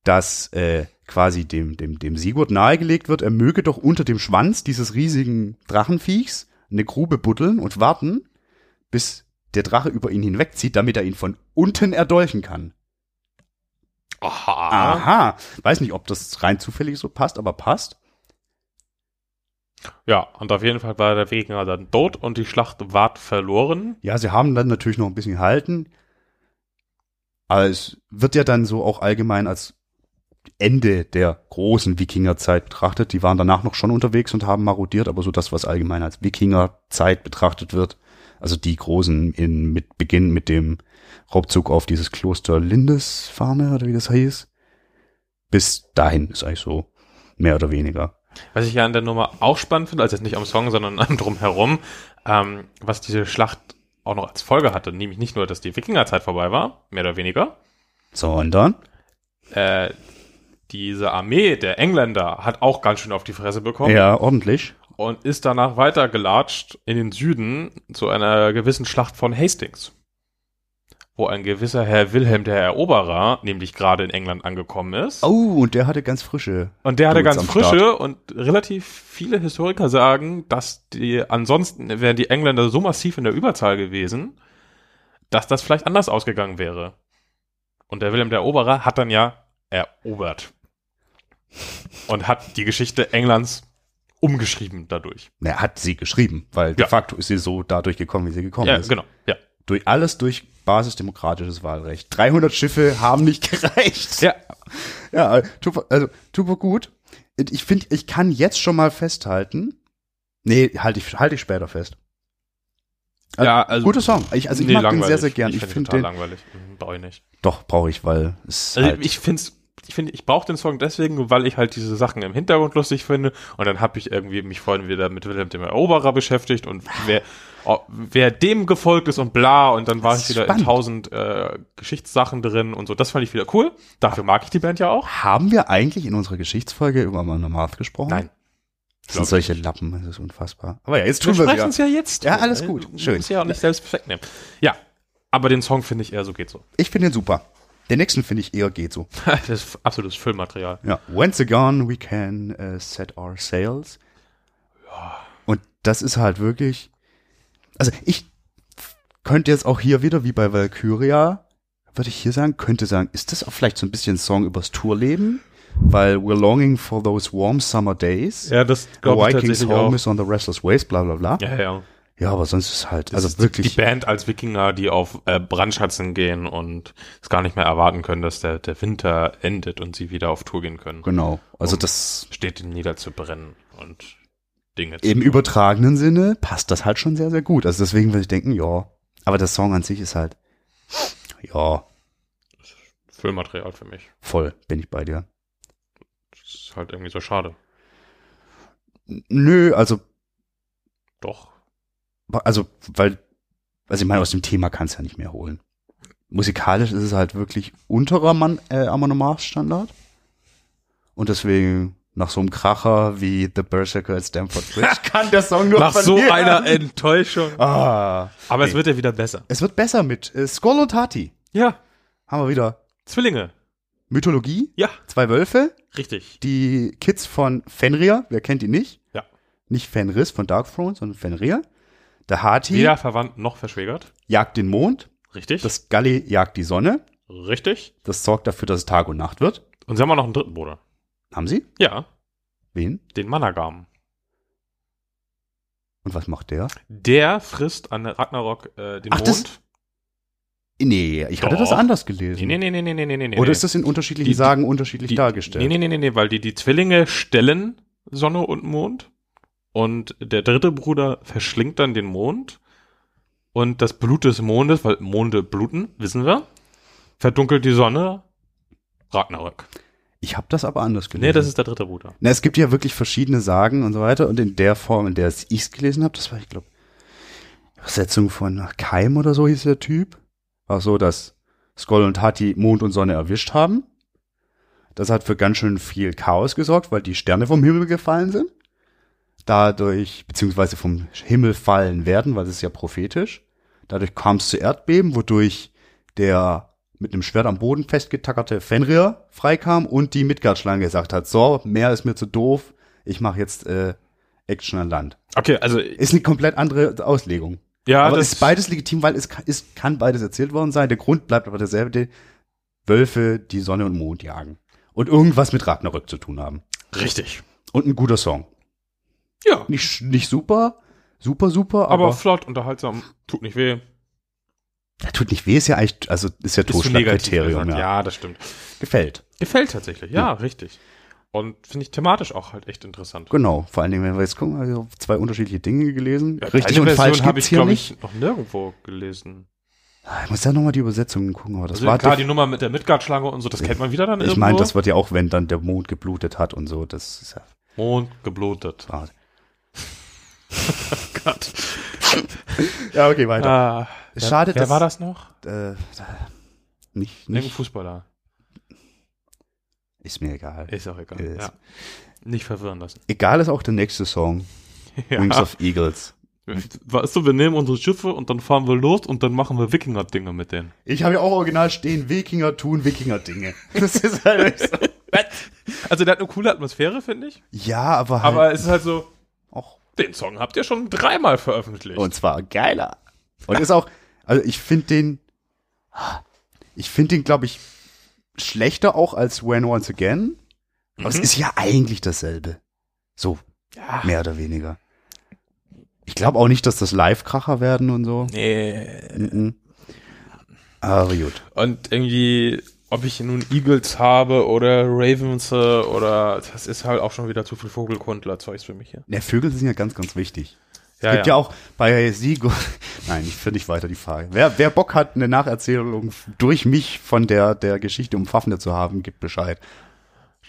S3: dass äh, quasi dem, dem, dem Sigurd nahegelegt wird, er möge doch unter dem Schwanz dieses riesigen Drachenviechs eine Grube buddeln und warten, bis der Drache über ihn hinwegzieht, damit er ihn von unten erdolchen kann.
S2: Aha.
S3: Aha. Weiß nicht, ob das rein zufällig so passt, aber passt.
S2: Ja, und auf jeden Fall war der Wegener dann tot und die Schlacht ward verloren.
S3: Ja, sie haben dann natürlich noch ein bisschen gehalten. Aber es wird ja dann so auch allgemein als Ende der großen Wikingerzeit betrachtet. Die waren danach noch schon unterwegs und haben marodiert, aber so das, was allgemein als Wikingerzeit betrachtet wird. Also die großen in, mit Beginn mit dem Raubzug auf dieses Kloster Lindisfarne oder wie das hieß. Bis dahin ist eigentlich so mehr oder weniger.
S2: Was ich ja an der Nummer auch spannend finde, also jetzt nicht am Song, sondern am Drumherum, ähm, was diese Schlacht auch noch als Folge hatte. Nämlich nicht nur, dass die Wikingerzeit vorbei war, mehr oder weniger.
S3: Sondern
S2: Äh, diese Armee der Engländer hat auch ganz schön auf die Fresse bekommen
S3: ja ordentlich.
S2: und ist danach weitergelatscht in den Süden zu einer gewissen Schlacht von Hastings. Wo ein gewisser Herr Wilhelm der Eroberer nämlich gerade in England angekommen ist.
S3: Oh, und der hatte ganz frische.
S2: Und der hatte
S3: Dudes
S2: ganz
S3: am Start.
S2: frische und relativ viele Historiker sagen, dass die, ansonsten wären die Engländer so massiv in der Überzahl gewesen, dass das vielleicht anders ausgegangen wäre. Und der Wilhelm der Eroberer hat dann ja erobert. Und hat die Geschichte Englands umgeschrieben dadurch.
S3: Na, Er hat sie geschrieben, weil de
S2: Ja.
S3: facto ist sie so dadurch gekommen, wie sie gekommen
S2: Ja,
S3: ist.
S2: genau. Ja.
S3: Durch alles durch basisdemokratisches Wahlrecht. 300 Schiffe haben nicht gereicht.
S2: ja.
S3: Ja, super, also super gut. Und Ich finde, ich kann jetzt schon mal festhalten. Nee, halte ich, halte ich später fest.
S2: Ja, also-
S3: guter Song. Ich, also ich mag den sehr, sehr gern.
S2: Ich
S3: Ich,
S2: finde
S3: finde
S2: total
S3: den
S2: langweilig. Mhm, Brauche ich nicht.
S3: doch brauche ich, weil es
S2: Also
S3: halt,
S2: ich find's, ich finde, ich brauche den Song deswegen, weil ich halt diese Sachen im Hintergrund lustig finde und dann habe ich irgendwie mich vorhin wieder mit Wilhelm dem Eroberer beschäftigt
S3: Ah.
S2: und wer, oh, wer dem gefolgt ist und bla und dann war
S3: Das
S2: ich
S3: ist
S2: wieder in
S3: spannend.
S2: tausend äh, Geschichtssachen drin und so. Das fand ich wieder cool. Dafür mag ich die Band ja auch.
S3: haben wir eigentlich in unserer Geschichtsfolge über Amon Amarth gesprochen?
S2: Nein.
S3: Das sind
S2: glaub ich
S3: solche Lappen, das ist unfassbar. Aber ja, jetzt
S2: Wir
S3: tun wir
S2: sprechen
S3: wieder.
S2: es ja jetzt.
S3: Ja, alles gut. Schön.
S2: Muss ja auch nicht selbst perfekt nehmen. Ja, aber den Song finde ich eher so geht so.
S3: Ich finde den super. Den nächsten finde ich eher geht so.
S2: das ist absolutes Füllmaterial.
S3: Ja. Once again, we can äh, set our sails. Und das ist halt wirklich. Also ich könnte jetzt auch hier wieder, wie bei Valkyria, würde ich hier sagen, könnte sagen, ist das auch vielleicht so ein bisschen ein Song übers Tourleben? Weil we're longing for those warm summer days.
S2: Ja, das
S3: The Vikings home is on the restless waves, bla bla bla. Ja,
S2: Ja, ja.
S3: aber sonst ist halt,
S2: Das
S3: also
S2: ist
S3: wirklich.
S2: Die Band als Wikinger, die auf äh, Brandschatzen gehen und es gar nicht mehr erwarten können, dass der, der Winter endet und sie wieder auf Tour gehen können.
S3: Genau. Also
S2: Um-
S3: das
S2: Steht ihnen niederzubrennen und Dinge zu
S3: im übertragenen Sinne passt das halt schon sehr, sehr gut. Also deswegen würde ich denken, ja. Aber der Song an sich ist halt, ja,
S2: Füllmaterial für mich.
S3: voll bin ich bei dir.
S2: Das ist halt irgendwie so schade.
S3: Nö, also,
S2: Doch.
S3: also, weil, also ich meine, aus dem Thema kannst du ja nicht mehr holen. Musikalisch ist es halt wirklich unterer Mann, äh, Amon-Mars-Standard. Und deswegen, nach so einem Kracher wie The Berserker at Stamford Bridge, kann der Song nur
S2: Nach so
S3: verlieren.
S2: einer äh, Enttäuschung.
S3: Ah,
S2: Aber es
S3: Nee.
S2: wird ja wieder besser.
S3: es wird besser mit äh, Skoll und Tati.
S2: Ja.
S3: Haben wir wieder
S2: Zwillinge.
S3: Mythologie,
S2: Ja.
S3: zwei Wölfe,
S2: Richtig.
S3: die Kids von Fenrir, wer kennt die nicht?
S2: Ja.
S3: Nicht Fenris von Dark Throne, sondern Fenrir. Der Hati
S2: Weder verwandt noch verschwägert.
S3: jagt den Mond,
S2: Richtig.
S3: das Galli jagt die Sonne.
S2: Richtig.
S3: Das sorgt dafür, dass es Tag und Nacht wird.
S2: Und sie haben auch noch einen dritten Bruder.
S3: Haben sie?
S2: Ja.
S3: Wen?
S2: Den Managam.
S3: Und was macht der?
S2: Der frisst an Ragnarok äh, den
S3: Ach, das-
S2: Mond.
S3: Nee, ich hatte
S2: Doch.
S3: das anders gelesen.
S2: Nee, nee, nee, nee, nee, nee, nee, nee.
S3: Oder ist das in unterschiedlichen
S2: Die- die-
S3: Sagen unterschiedlich
S2: die,
S3: dargestellt?
S2: Nee, nee, nee, nee, nee, weil die, die Zwillinge stellen Sonne und Mond und der dritte Bruder verschlingt dann den Mond und das Blut des Mondes, weil Monde bluten, wissen wir, verdunkelt die Sonne Ragnarök.
S3: Ich habe das aber anders gelesen.
S4: Nee, das ist der dritte Bruder.
S3: Na, es gibt ja wirklich verschiedene Sagen und so weiter. Und in der Form, in der es ich gelesen habe, das war, ich glaube, Übersetzung von Keim oder so hieß der Typ. War so, dass Skoll und Hatti Mond und Sonne erwischt haben. Das hat für ganz schön viel Chaos gesorgt, weil die Sterne vom Himmel gefallen sind. Dadurch, beziehungsweise vom Himmel fallen werden, weil es ist ja prophetisch. Dadurch kam es zu Erdbeben, wodurch der mit einem Schwert am Boden festgetackerte Fenrir freikam und die Midgard-Schlange gesagt hat, so, mehr ist mir zu doof, ich mache jetzt äh, Action an Land.
S2: Okay, also
S3: Ist eine komplett andere Auslegung.
S2: ja,
S3: aber
S2: das
S3: ist beides legitim, weil es, ka- es kann beides erzählt worden sein. Der Grund bleibt aber derselbe. Die Wölfe, die Sonne und Mond jagen. Und irgendwas mit Ragnarök zu tun haben.
S2: richtig.
S3: Und ein guter Song.
S2: Ja,
S3: Nicht, sch- nicht super, super, super,
S2: aber,
S3: aber,
S2: flott, unterhaltsam, tut nicht weh.
S3: Der tut nicht weh, ist ja eigentlich, also ist ja
S2: Bist du negativ
S3: Totschlagkriterium.
S2: gesagt.
S3: Ja.
S2: ja, das stimmt.
S3: Gefällt.
S2: Gefällt tatsächlich, ja, richtig. Und finde ich thematisch auch halt echt interessant.
S3: Genau, vor allen Dingen, wenn wir jetzt gucken, also zwei unterschiedliche Dinge gelesen.
S2: Ja,
S3: Richtig
S2: deine
S3: und
S2: Version
S3: falsch
S2: habe
S3: gibt's
S2: ich,
S3: hier
S2: glaube
S3: nicht. Ah,
S2: ich, noch nirgendwo gelesen.
S3: Ich muss ja nochmal die Übersetzungen gucken, aber das
S2: Also
S3: war
S2: klar,
S3: def-
S2: die Nummer mit der Midgard-Schlange und so, das kennt man wieder dann
S3: Ich
S2: irgendwo.
S3: meine, das wird ja auch, wenn dann der Mond geblutet hat und so, das ist ja
S2: Mond geblutet.
S3: Wahnsinn.
S2: Gott.
S3: Ja, okay, weiter.
S2: Ah,
S3: Schade,
S2: wer, wer
S3: dass-
S2: war das noch?
S3: äh, äh, nicht,
S2: Irgendein
S3: nicht
S2: Fußballer.
S3: ist mir egal.
S2: Ist auch egal.
S3: Ist-
S2: Ja. Nicht verwirren lassen.
S3: Egal ist auch der nächste Song, Wings of Eagles.
S2: Weißt du, wir nehmen unsere Schiffe und dann fahren wir los und dann machen wir Wikinger-Dinge mit denen.
S3: Ich habe ja auch original stehen, Wikinger tun Wikinger-Dinge. Das ist halt echt so.
S2: Also, der hat eine coole Atmosphäre, finde ich.
S3: Ja, aber, halt
S2: Aber es ist halt so,
S3: auch.
S2: den Song habt ihr schon dreimal veröffentlicht.
S3: Und zwar geiler. Und ist auch, also ich finde den, ich finde den, glaube ich, schlechter auch als When Once Again. Aber es ist ja eigentlich dasselbe. So,
S2: Mhm. Ja.
S3: mehr oder weniger. Ich glaube auch nicht, dass das Live-Kracher werden und so.
S2: Nee.
S3: Mhm. Aber gut.
S2: Und irgendwie, ob ich nun Eagles habe oder Ravens äh, oder das ist halt auch schon wieder zu viel Vogelkundler-Zeugs für mich hier.
S3: Ja, Ne, Vögel sind ja ganz, ganz wichtig.
S2: Ja,
S3: es gibt ja. auch bei Sigo. Nein, ich finde nicht weiter die Frage. Wer, wer Bock hat, eine Nacherzählung durch mich von der, der Geschichte um Fafner zu haben, gibt Bescheid.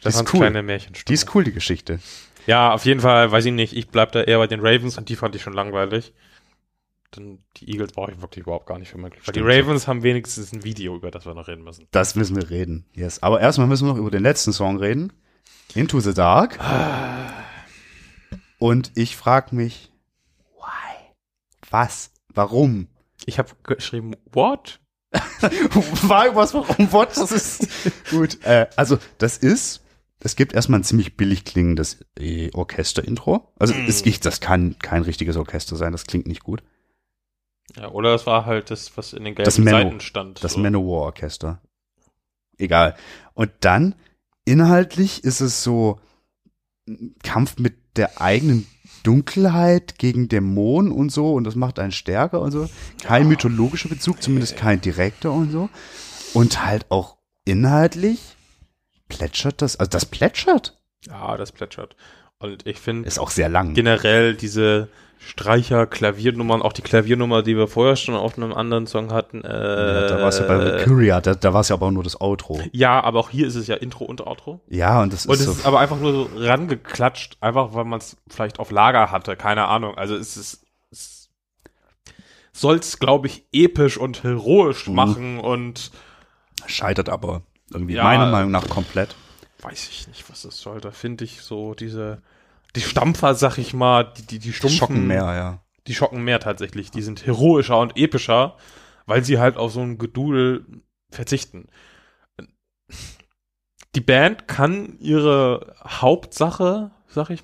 S2: das
S3: ist cool.
S2: kleine
S3: Die
S2: Märchenstunde.
S3: ist cool, die Geschichte.
S2: Ja, auf jeden Fall, weiß ich nicht, ich bleib da eher bei den Ravens und die fand ich schon langweilig. Denn die Eagles brauche ich wirklich überhaupt gar nicht für mein Glück. Weil Die
S3: Stimmt.
S2: Ravens haben wenigstens ein Video, über das wir noch reden müssen.
S3: Das müssen wir reden. Yes. Aber erstmal müssen wir noch über den letzten Song reden. Into the Dark. Und ich frage mich, why? Was? Warum?
S2: Ich habe geschrieben, what?
S3: War irgendwas warum Wort? Das ist gut. Äh, also das ist, es gibt erstmal ein ziemlich billig klingendes äh, Orchester-Intro. Also es, ich, das kann kein richtiges Orchester sein. Das klingt nicht gut.
S2: Ja, oder das war halt das, was in den gelben
S3: Das Menno.
S2: Seiten stand.
S3: Das
S2: so.
S3: Manowar-Orchester. Egal. Und dann inhaltlich ist es so ein Kampf mit der eigenen Dunkelheit gegen Dämonen und so und das macht einen stärker und so. Kein mythologischer Bezug, zumindest kein direkter und so. Und halt auch inhaltlich plätschert das, also das plätschert.
S2: Ja, das plätschert. Und ich finde
S3: Ist auch sehr lang.
S2: generell diese Streicher-Klaviernummern, auch die Klaviernummer, die wir vorher schon auf einem anderen Song hatten. Äh,
S3: Ja, da war es ja bei Valkyria, da, da war es ja aber auch nur das Outro.
S2: ja, aber auch hier ist es ja Intro und Outro.
S3: Ja, und das
S2: Und
S3: ist
S2: es
S3: so.
S2: ist aber einfach nur so rangeklatscht, einfach weil man es vielleicht auf Lager hatte, keine Ahnung. Also es ist, es soll's, glaube ich, episch und
S3: Mhm.
S2: heroisch machen und
S3: scheitert aber irgendwie
S2: Ja.
S3: meiner Meinung nach komplett.
S2: weiß ich nicht, was das soll. Da finde ich so diese, die Stampfer, sag ich mal, die, die, die Stumpfen.
S3: Schocken mehr, ja.
S2: die schocken mehr tatsächlich. Die sind heroischer und epischer, weil sie halt auf so ein Gedudel verzichten. Die Band kann ihre Hauptsache, sag ich,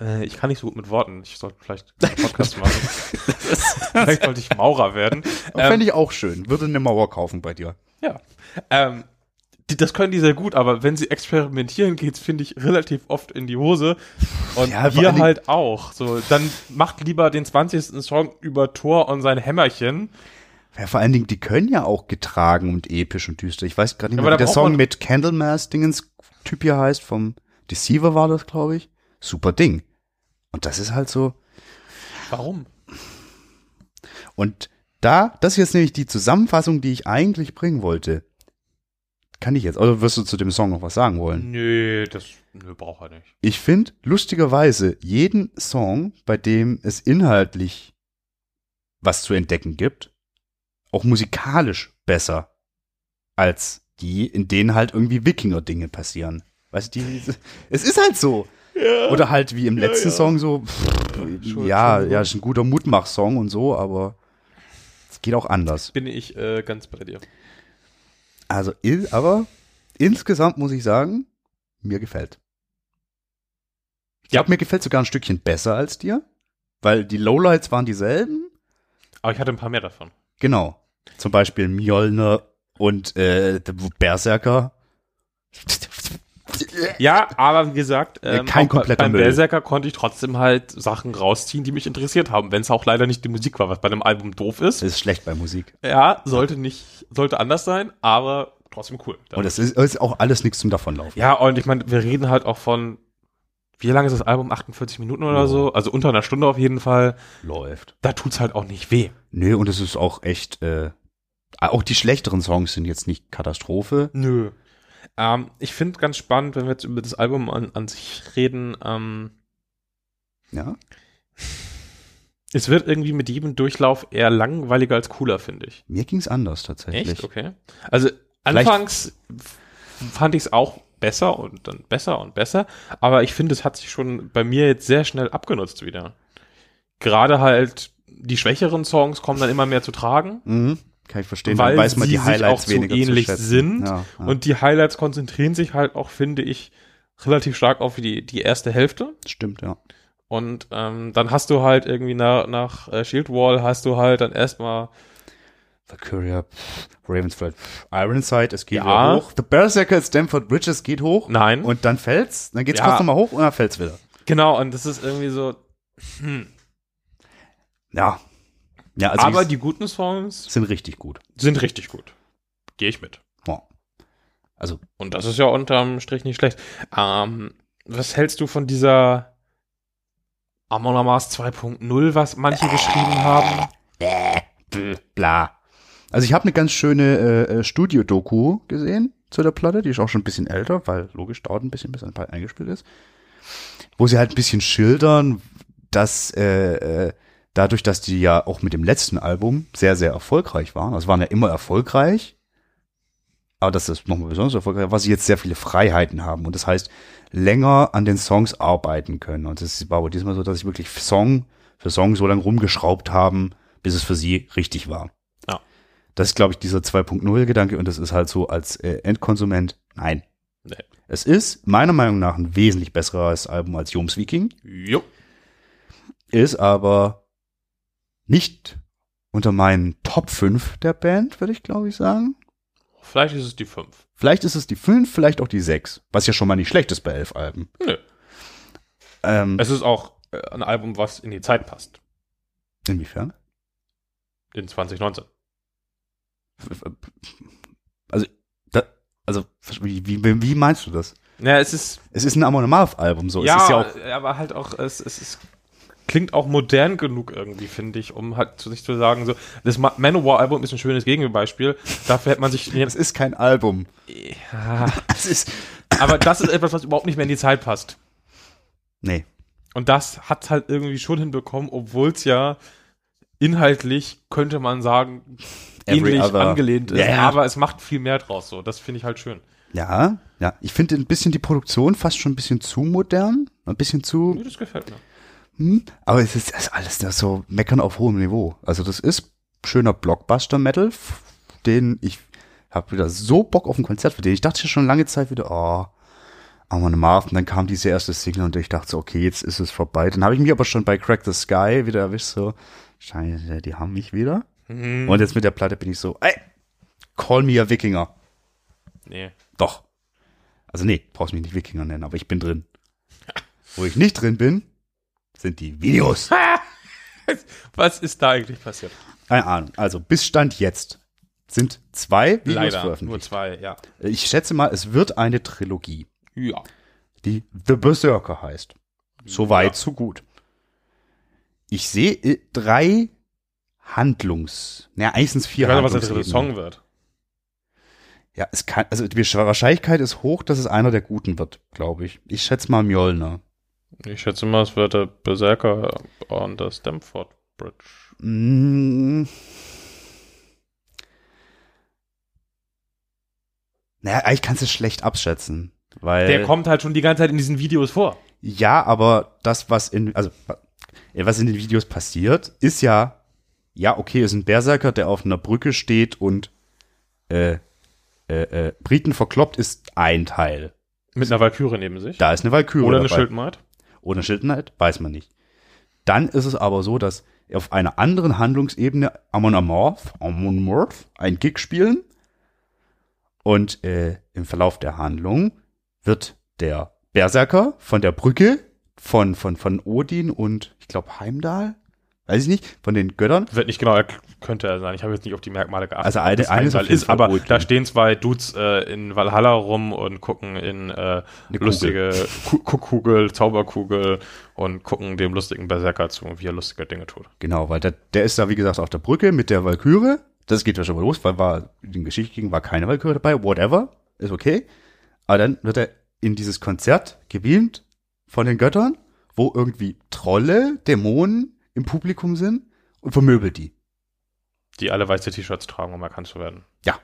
S2: äh, ich kann nicht so gut mit Worten. Ich sollte vielleicht einen Podcast machen. vielleicht sollte ich Maurer werden. Ähm,
S3: Fände ich auch schön. Würde eine Mauer kaufen bei dir.
S2: ja. Ähm, die, das können die sehr gut, aber wenn sie experimentieren, geht's, finde ich, relativ oft in die Hose. Und
S3: Ja, vor
S2: hier
S3: allen Dingen-
S2: halt auch. So, dann macht lieber den 20. Song über Thor und sein Hämmerchen.
S3: Ja, vor allen Dingen, die können ja auch getragen und episch und düster. Ich weiß gerade nicht
S2: Ja,
S3: mehr,
S2: aber
S3: wie
S2: da
S3: der
S2: braucht
S3: Song
S2: man-
S3: mit Candlemass-Dingens-Typ hier heißt, vom Deceiver war das, glaube ich. Super Ding. Und das ist halt so.
S2: Warum?
S3: Und da, das hier ist nämlich die Zusammenfassung, die ich eigentlich bringen wollte. Kann ich jetzt. Oder wirst du zu dem Song noch was sagen wollen?
S2: Nö, das nö, braucht er nicht.
S3: Ich finde lustigerweise jeden Song, bei dem es inhaltlich was zu entdecken gibt, auch musikalisch besser als die, in denen halt irgendwie Wikinger-Dinge passieren. Weißt du, die, es ist halt so.
S2: Ja.
S3: Oder halt wie im
S2: Ja,
S3: letzten
S2: ja.
S3: Song so,
S2: schon-
S3: ja,
S2: schon
S3: ja,
S2: gut.
S3: ist ein guter Mutmach-Song und so, aber es geht auch anders.
S2: Bin ich äh, ganz bei dir.
S3: Also, i- aber insgesamt muss ich sagen, mir gefällt. Ich
S2: Ja.
S3: glaube, mir gefällt sogar ein Stückchen besser als dir, weil die Lowlights waren dieselben.
S2: Aber ich hatte ein paar mehr davon.
S3: Genau. Zum Beispiel Mjolnir und äh, der Berserker.
S2: Ja, aber wie gesagt, ähm,
S3: kein
S2: auch bei-
S3: kompletter
S2: beim
S3: Müll.
S2: Berserker konnte ich trotzdem halt Sachen rausziehen, die mich interessiert haben, wenn es auch leider nicht die Musik war, was bei einem Album doof ist.
S3: Ist schlecht bei Musik.
S2: Ja, sollte nicht, sollte anders sein, aber trotzdem cool.
S3: Und es ist, ist auch alles nichts zum Davonlaufen.
S2: ja, und ich meine, wir reden halt auch von, wie lange ist das Album? 48 Minuten oder so? Also unter einer Stunde auf jeden Fall.
S3: Läuft.
S2: Da tut's halt auch nicht weh.
S3: Nö, und es ist auch echt, äh, auch die schlechteren Songs sind jetzt nicht Katastrophe.
S2: Nö. Ähm, ich finde ganz spannend, wenn wir jetzt über das Album an, an sich reden, ähm,
S3: Ja.
S2: es wird irgendwie mit jedem Durchlauf eher langweiliger als cooler, finde ich.
S3: Mir ging's anders tatsächlich.
S2: Echt? Okay. Also anfangs fand ich es auch besser und dann besser und besser, aber ich finde, es hat sich schon bei mir jetzt sehr schnell abgenutzt wieder. Gerade halt die schwächeren Songs kommen dann immer mehr zu tragen.
S3: Mhm. Kann ich verstehen.
S2: Weil
S3: Dann weiß man
S2: sie
S3: die
S2: sich
S3: Highlights
S2: auch zu
S3: weniger
S2: ähnlich
S3: zu schätzen.
S2: sind
S3: Ja, ja.
S2: Und die Highlights konzentrieren sich halt auch, finde ich, relativ stark auf die, die erste Hälfte.
S3: stimmt, ja.
S2: Und ähm, dann hast du halt irgendwie nach, nach äh, Shield Wall hast du halt dann erstmal
S3: Valkyria, pff, Ravensfeld, pff, Ironside, es geht
S2: Ja.
S3: wieder hoch. The Berserker at Stamford Bridge, es geht hoch.
S2: Nein.
S3: Und dann fällt's, dann geht's
S2: Ja.
S3: kurz nochmal hoch und dann fällt's wieder.
S2: genau, und das ist irgendwie so.
S3: Ja. Ja, also
S2: aber
S3: die
S2: die guten Songs
S3: sind richtig gut.
S2: sind richtig gut. Gehe ich mit.
S3: Ja. Also,
S2: Und das ist ja unterm Strich nicht schlecht. Ähm, was hältst du von dieser Amon Amas 2.0, was manche geschrieben haben?
S3: bl- bla. Also ich habe eine ganz schöne äh, äh, Studio-Doku gesehen zu der Platte, die ist auch schon ein bisschen älter, weil logisch dauert ein bisschen, bis ein paar eingespielt ist, wo sie halt ein bisschen schildern, dass äh, äh, dadurch, dass die ja auch mit dem letzten Album sehr, sehr erfolgreich waren, also waren ja immer erfolgreich, aber das ist nochmal besonders erfolgreich, weil sie jetzt sehr viele Freiheiten haben und das heißt, länger an den Songs arbeiten können. Und das war wohl diesmal so, dass sie wirklich Song für Song so lange rumgeschraubt haben, bis es für sie richtig war.
S2: Ja.
S3: Das ist, glaube ich, dieser 2.0-Gedanke und das ist halt so als äh, Endkonsument, nein.
S2: Nee.
S3: Es ist meiner Meinung nach ein wesentlich besseres Album als Joms Viking,
S2: Jo.
S3: ist aber nicht unter meinen Top 5 der Band, würde ich glaube ich sagen.
S2: Vielleicht ist es die 5.
S3: Vielleicht ist es die 5, vielleicht auch die 6, was ja schon mal nicht schlecht ist bei elf Alben.
S2: Nö.
S3: Ähm,
S2: Es ist auch äh, ein Album, was in die Zeit passt.
S3: inwiefern?
S2: In 2019.
S3: Also, da, also wie, wie, wie meinst du das?
S2: Ja, es ist
S3: Es ist ein Amon Amarth-Album, so.
S2: ja,
S3: es ist ja auch
S2: aber halt auch, es, es, es klingt auch modern genug irgendwie, finde ich, um halt zu sich zu sagen, so, das Ma- Manowar-Album ist ein schönes Gegenbeispiel. Dafür hätte man sich.
S3: Es ist kein Album.
S2: Ja,
S3: Es ist.
S2: aber das ist etwas, was überhaupt nicht mehr in die Zeit passt.
S3: Nee.
S2: Und das hat halt irgendwie schon hinbekommen, obwohl es ja inhaltlich, könnte man sagen,
S3: Every
S2: ähnlich
S3: other-
S2: angelehnt ist.
S3: Ja, ja.
S2: Aber es macht viel mehr draus, so. Das finde ich halt schön.
S3: Ja, ja. Ich finde ein bisschen die Produktion fast schon ein bisschen zu modern. Ein bisschen zu.
S2: Mir das gefällt mir.
S3: Hm, aber es ist, es ist alles das so meckern auf hohem Niveau. Also, das ist schöner Blockbuster-Metal, f- den ich habe wieder so Bock auf ein Konzert für den. Ich dachte schon lange Zeit wieder, oh. Amon Amarth, und dann kam diese erste Single und ich dachte so, okay, jetzt ist es vorbei. Dann habe ich mich aber schon bei Crack the Sky wieder erwischt, so, scheiße, die haben mich wieder. Mhm. Und jetzt mit der Platte bin ich so, ey, call me a Wikinger.
S2: Nee.
S3: Doch. Also nee, brauchst mich nicht Wikinger nennen, aber ich bin drin. Wo ich nicht drin bin, sind die Videos.
S2: Was ist da eigentlich passiert?
S3: Keine Ahnung. Also bis Stand jetzt sind zwei Videos
S2: Leider. Nur
S3: veröffentlicht.
S2: zwei, ja.
S3: Ich schätze mal, es wird eine Trilogie,
S2: Ja.
S3: die The Berserker heißt. So weit, so gut. Ich sehe äh, drei Handlungs. Naja, eigentlich sind es vier
S2: Ich weiß noch, was der dritte
S3: Handlungsebenen.
S2: Song wird.
S3: Ja, es kann, also die Wahrscheinlichkeit ist hoch, dass es einer der Guten wird, glaube ich. Ich schätze mal Mjolnir.
S2: Ich schätze mal, es wird der Berserker an der Stamford Bridge.
S3: Mm. Naja, eigentlich kannst du es schlecht abschätzen. Weil
S2: Der kommt halt schon die ganze Zeit in diesen Videos vor.
S3: Ja, aber das, was in, also, äh, was in den Videos passiert, ist ja, ja, okay, ist ein Berserker, der auf einer Brücke steht und äh, äh, äh, Briten verkloppt, ist ein Teil.
S2: Mit einer Valkyrie neben sich.
S3: Da ist eine Valkyrie.
S2: Oder eine
S3: dabei.
S2: Schildmaid.
S3: Ohne Schildknight? Weiß man nicht. Dann ist es aber so, dass auf einer anderen Handlungsebene Amon Amarth, Amon Morph, ein Gig spielen. Und äh, im Verlauf der Handlung wird der Berserker von der Brücke von, von, von Odin und ich glaube Heimdall, weiß ich nicht, von den Göttern.
S2: Wird nicht genau, er k- könnte er sein. Ich habe jetzt nicht auf die Merkmale geachtet.
S3: Also eine-
S2: das
S3: eines
S2: Heimdall
S3: auf jeden
S2: ist,
S3: Fall
S2: aber
S3: Odin.
S2: da stehen zwei Dudes äh, in Valhalla rum und gucken in äh,
S3: Kugel.
S2: lustige Ku- Ku- Kugel, Zauberkugel und gucken dem lustigen Berserker zu, wie er lustige Dinge tut.
S3: Genau, weil der, der ist da, wie gesagt, auf der Brücke mit der Valkyrie. Das geht ja schon mal los, weil war, in Geschichte ging, war keine Valkyrie dabei, whatever, ist okay. Aber dann wird er in dieses Konzert gebeamt von den Göttern, wo irgendwie Trolle, Dämonen im Publikum sind und vermöbelt die.
S2: Die alle weiße T-Shirts tragen, um erkannt zu werden.
S3: Ja.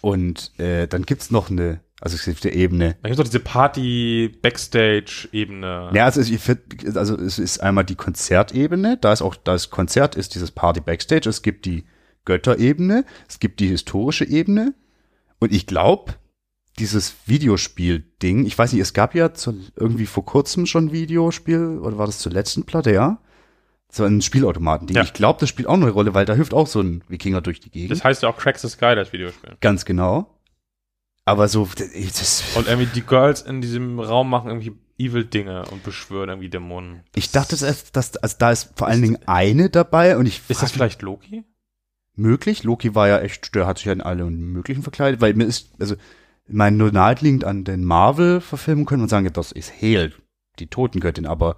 S3: Und äh, dann gibt's noch eine, also es gibt eine Ebene.
S2: Da gibt es auch diese Party-Backstage-Ebene.
S3: Ja, also, es- ich find, also es ist einmal die Konzertebene, da ist auch das Konzert ist dieses Party Backstage, es gibt die Götterebene, es gibt die historische Ebene und ich glaube, dieses Videospiel-Ding, ich weiß nicht, es gab ja zu, irgendwie vor kurzem schon ein Videospiel oder war das zur letzten Platte, ja? So ein Spielautomaten-Ding.
S2: Ja.
S3: Ich glaube, das spielt auch eine Rolle, weil da hüpft auch so ein Wikinger durch die Gegend.
S2: Das heißt ja auch Cracks the Sky, das Videospiel.
S3: Ganz genau. Aber so, das,
S2: Und irgendwie die Girls in diesem Raum machen irgendwie evil Dinge und beschwören irgendwie Dämonen.
S3: ich dachte, dass, dass, also da ist vor allen Dingen eine dabei und ich
S2: Ist
S3: frag
S2: das vielleicht Loki?
S3: möglich. Loki war ja echt, der hat sich ja in alle möglichen verkleidet, weil mir ist, also, mein nur naheliegend an den Marvel-Verfilmungen können und sagen, ja, das ist Hel, die Totengöttin, aber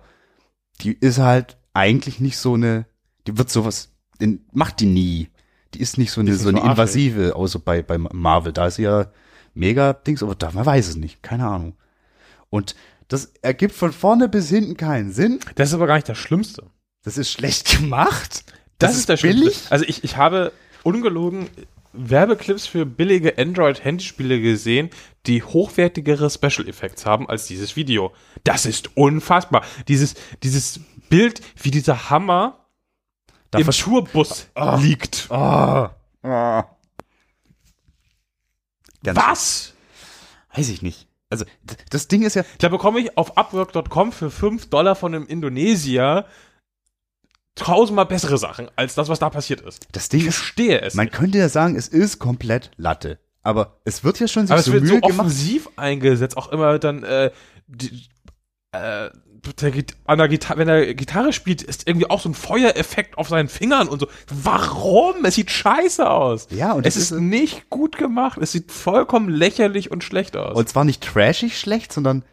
S3: die ist halt eigentlich nicht so eine, die wird sowas, in, macht die nie. Die ist nicht so eine,
S2: nicht
S3: so eine
S2: so arschig.
S3: invasive, außer bei, bei Marvel. Da ist sie ja mega Dings, aber da, man weiß es nicht. Keine Ahnung. Und das ergibt von vorne bis hinten keinen Sinn.
S2: Das ist aber gar nicht das Schlimmste.
S3: Das ist schlecht gemacht.
S2: Das, ist, der Schlimmste.
S3: billig.
S2: Also ich, ich habe ungelogen Werbeclips für billige Android-Handyspiele gesehen, die hochwertigere Special Effects haben als dieses Video. Das ist unfassbar. Dieses, dieses Bild, wie dieser Hammer
S3: Da
S2: im
S3: versch-
S2: Tourbus liegt.
S3: Oh. Oh.
S2: Was?
S3: Weiß ich nicht. Also, d- das Ding ist ja,
S2: Da bekomme ich auf Upwork.com für 5 Dollar von einem Indonesier tausendmal bessere Sachen als das, was da passiert ist.
S3: das Ding
S2: Ich
S3: ist,
S2: verstehe es.
S3: man
S2: nicht.
S3: könnte ja sagen, es ist komplett Latte. Aber es wird ja schon sich
S2: Aber es
S3: so
S2: wird
S3: Mühe
S2: so
S3: gemacht.
S2: offensiv eingesetzt, auch immer dann, äh, die, äh, der Git- an der Gita wenn er Gitarre spielt, ist irgendwie auch so ein Feuereffekt auf seinen Fingern und so. Warum? Es sieht scheiße aus.
S3: Ja, und
S2: es
S3: das
S2: ist
S3: ist-
S2: nicht gut gemacht. Es sieht vollkommen lächerlich und schlecht aus.
S3: Und zwar nicht trashig schlecht, sondern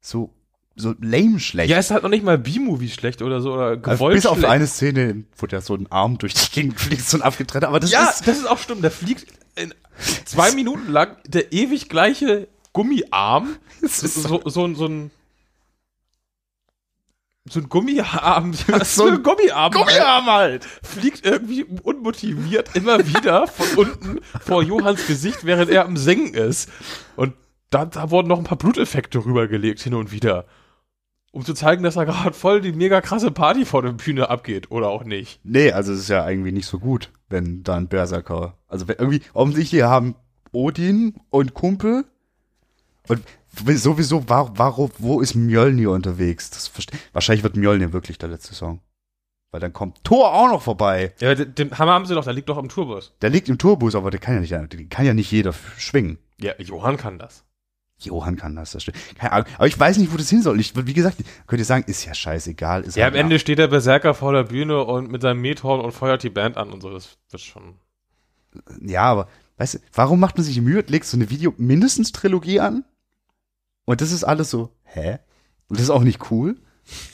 S3: so, so lame schlecht.
S2: ja, es ist halt noch nicht mal B-Movie schlecht oder so, oder
S3: also,
S2: gewollt
S3: bis auf
S2: schlecht.
S3: eine Szene, wo der so ein Arm durch die Gegend fliegt, so ein abgetrennt. Aber das
S2: Ja,
S3: ist,
S2: das ist auch stimmt. Da fliegt in zwei Minuten lang der ewig gleiche Gummiarm.
S3: das ist so,
S2: So, so, ein- so ein. So ein Gummiarm.
S3: so ein
S2: Gummiarm.
S3: Gummiarm
S2: halt. Fliegt irgendwie unmotiviert immer wieder von unten vor Johanns Gesicht, während er am Sengen ist. Und da, da wurden noch ein paar Bluteffekte rübergelegt hin und wieder. Um zu zeigen, dass da gerade voll die mega krasse Party vor der Bühne abgeht. Oder auch nicht.
S3: nee, also es ist ja irgendwie nicht so gut, wenn da ein Berserker, also wenn irgendwie, offensichtlich haben Odin und Kumpel Und sowieso, war, warum, wo ist Mjölnir unterwegs? Das verste- Wahrscheinlich wird Mjölnir wirklich der letzte Song. Weil dann kommt Thor auch noch vorbei.
S2: Ja, den, den Hammer haben sie doch, der liegt doch am Tourbus.
S3: Der liegt im Turbus, aber der kann ja nicht, den kann ja nicht jeder f- schwingen.
S2: Ja, Johann kann das.
S3: Johann kann das, das stimmt. Keine Ahnung. Aber ich weiß nicht, wo das hin soll. Ich, würd- wie gesagt, könnt ihr sagen, ist ja scheißegal. Ist
S2: Ja, am
S3: halt-
S2: Ende steht der Berserker vor der Bühne und mit seinem Methorn und feuert die Band an und so. Das wird schon.
S3: Ja, aber, weißt du, warum macht man sich die Mühe und legt so eine Video mindestens Trilogie an? Und das ist alles so, hä? Und das ist auch nicht cool.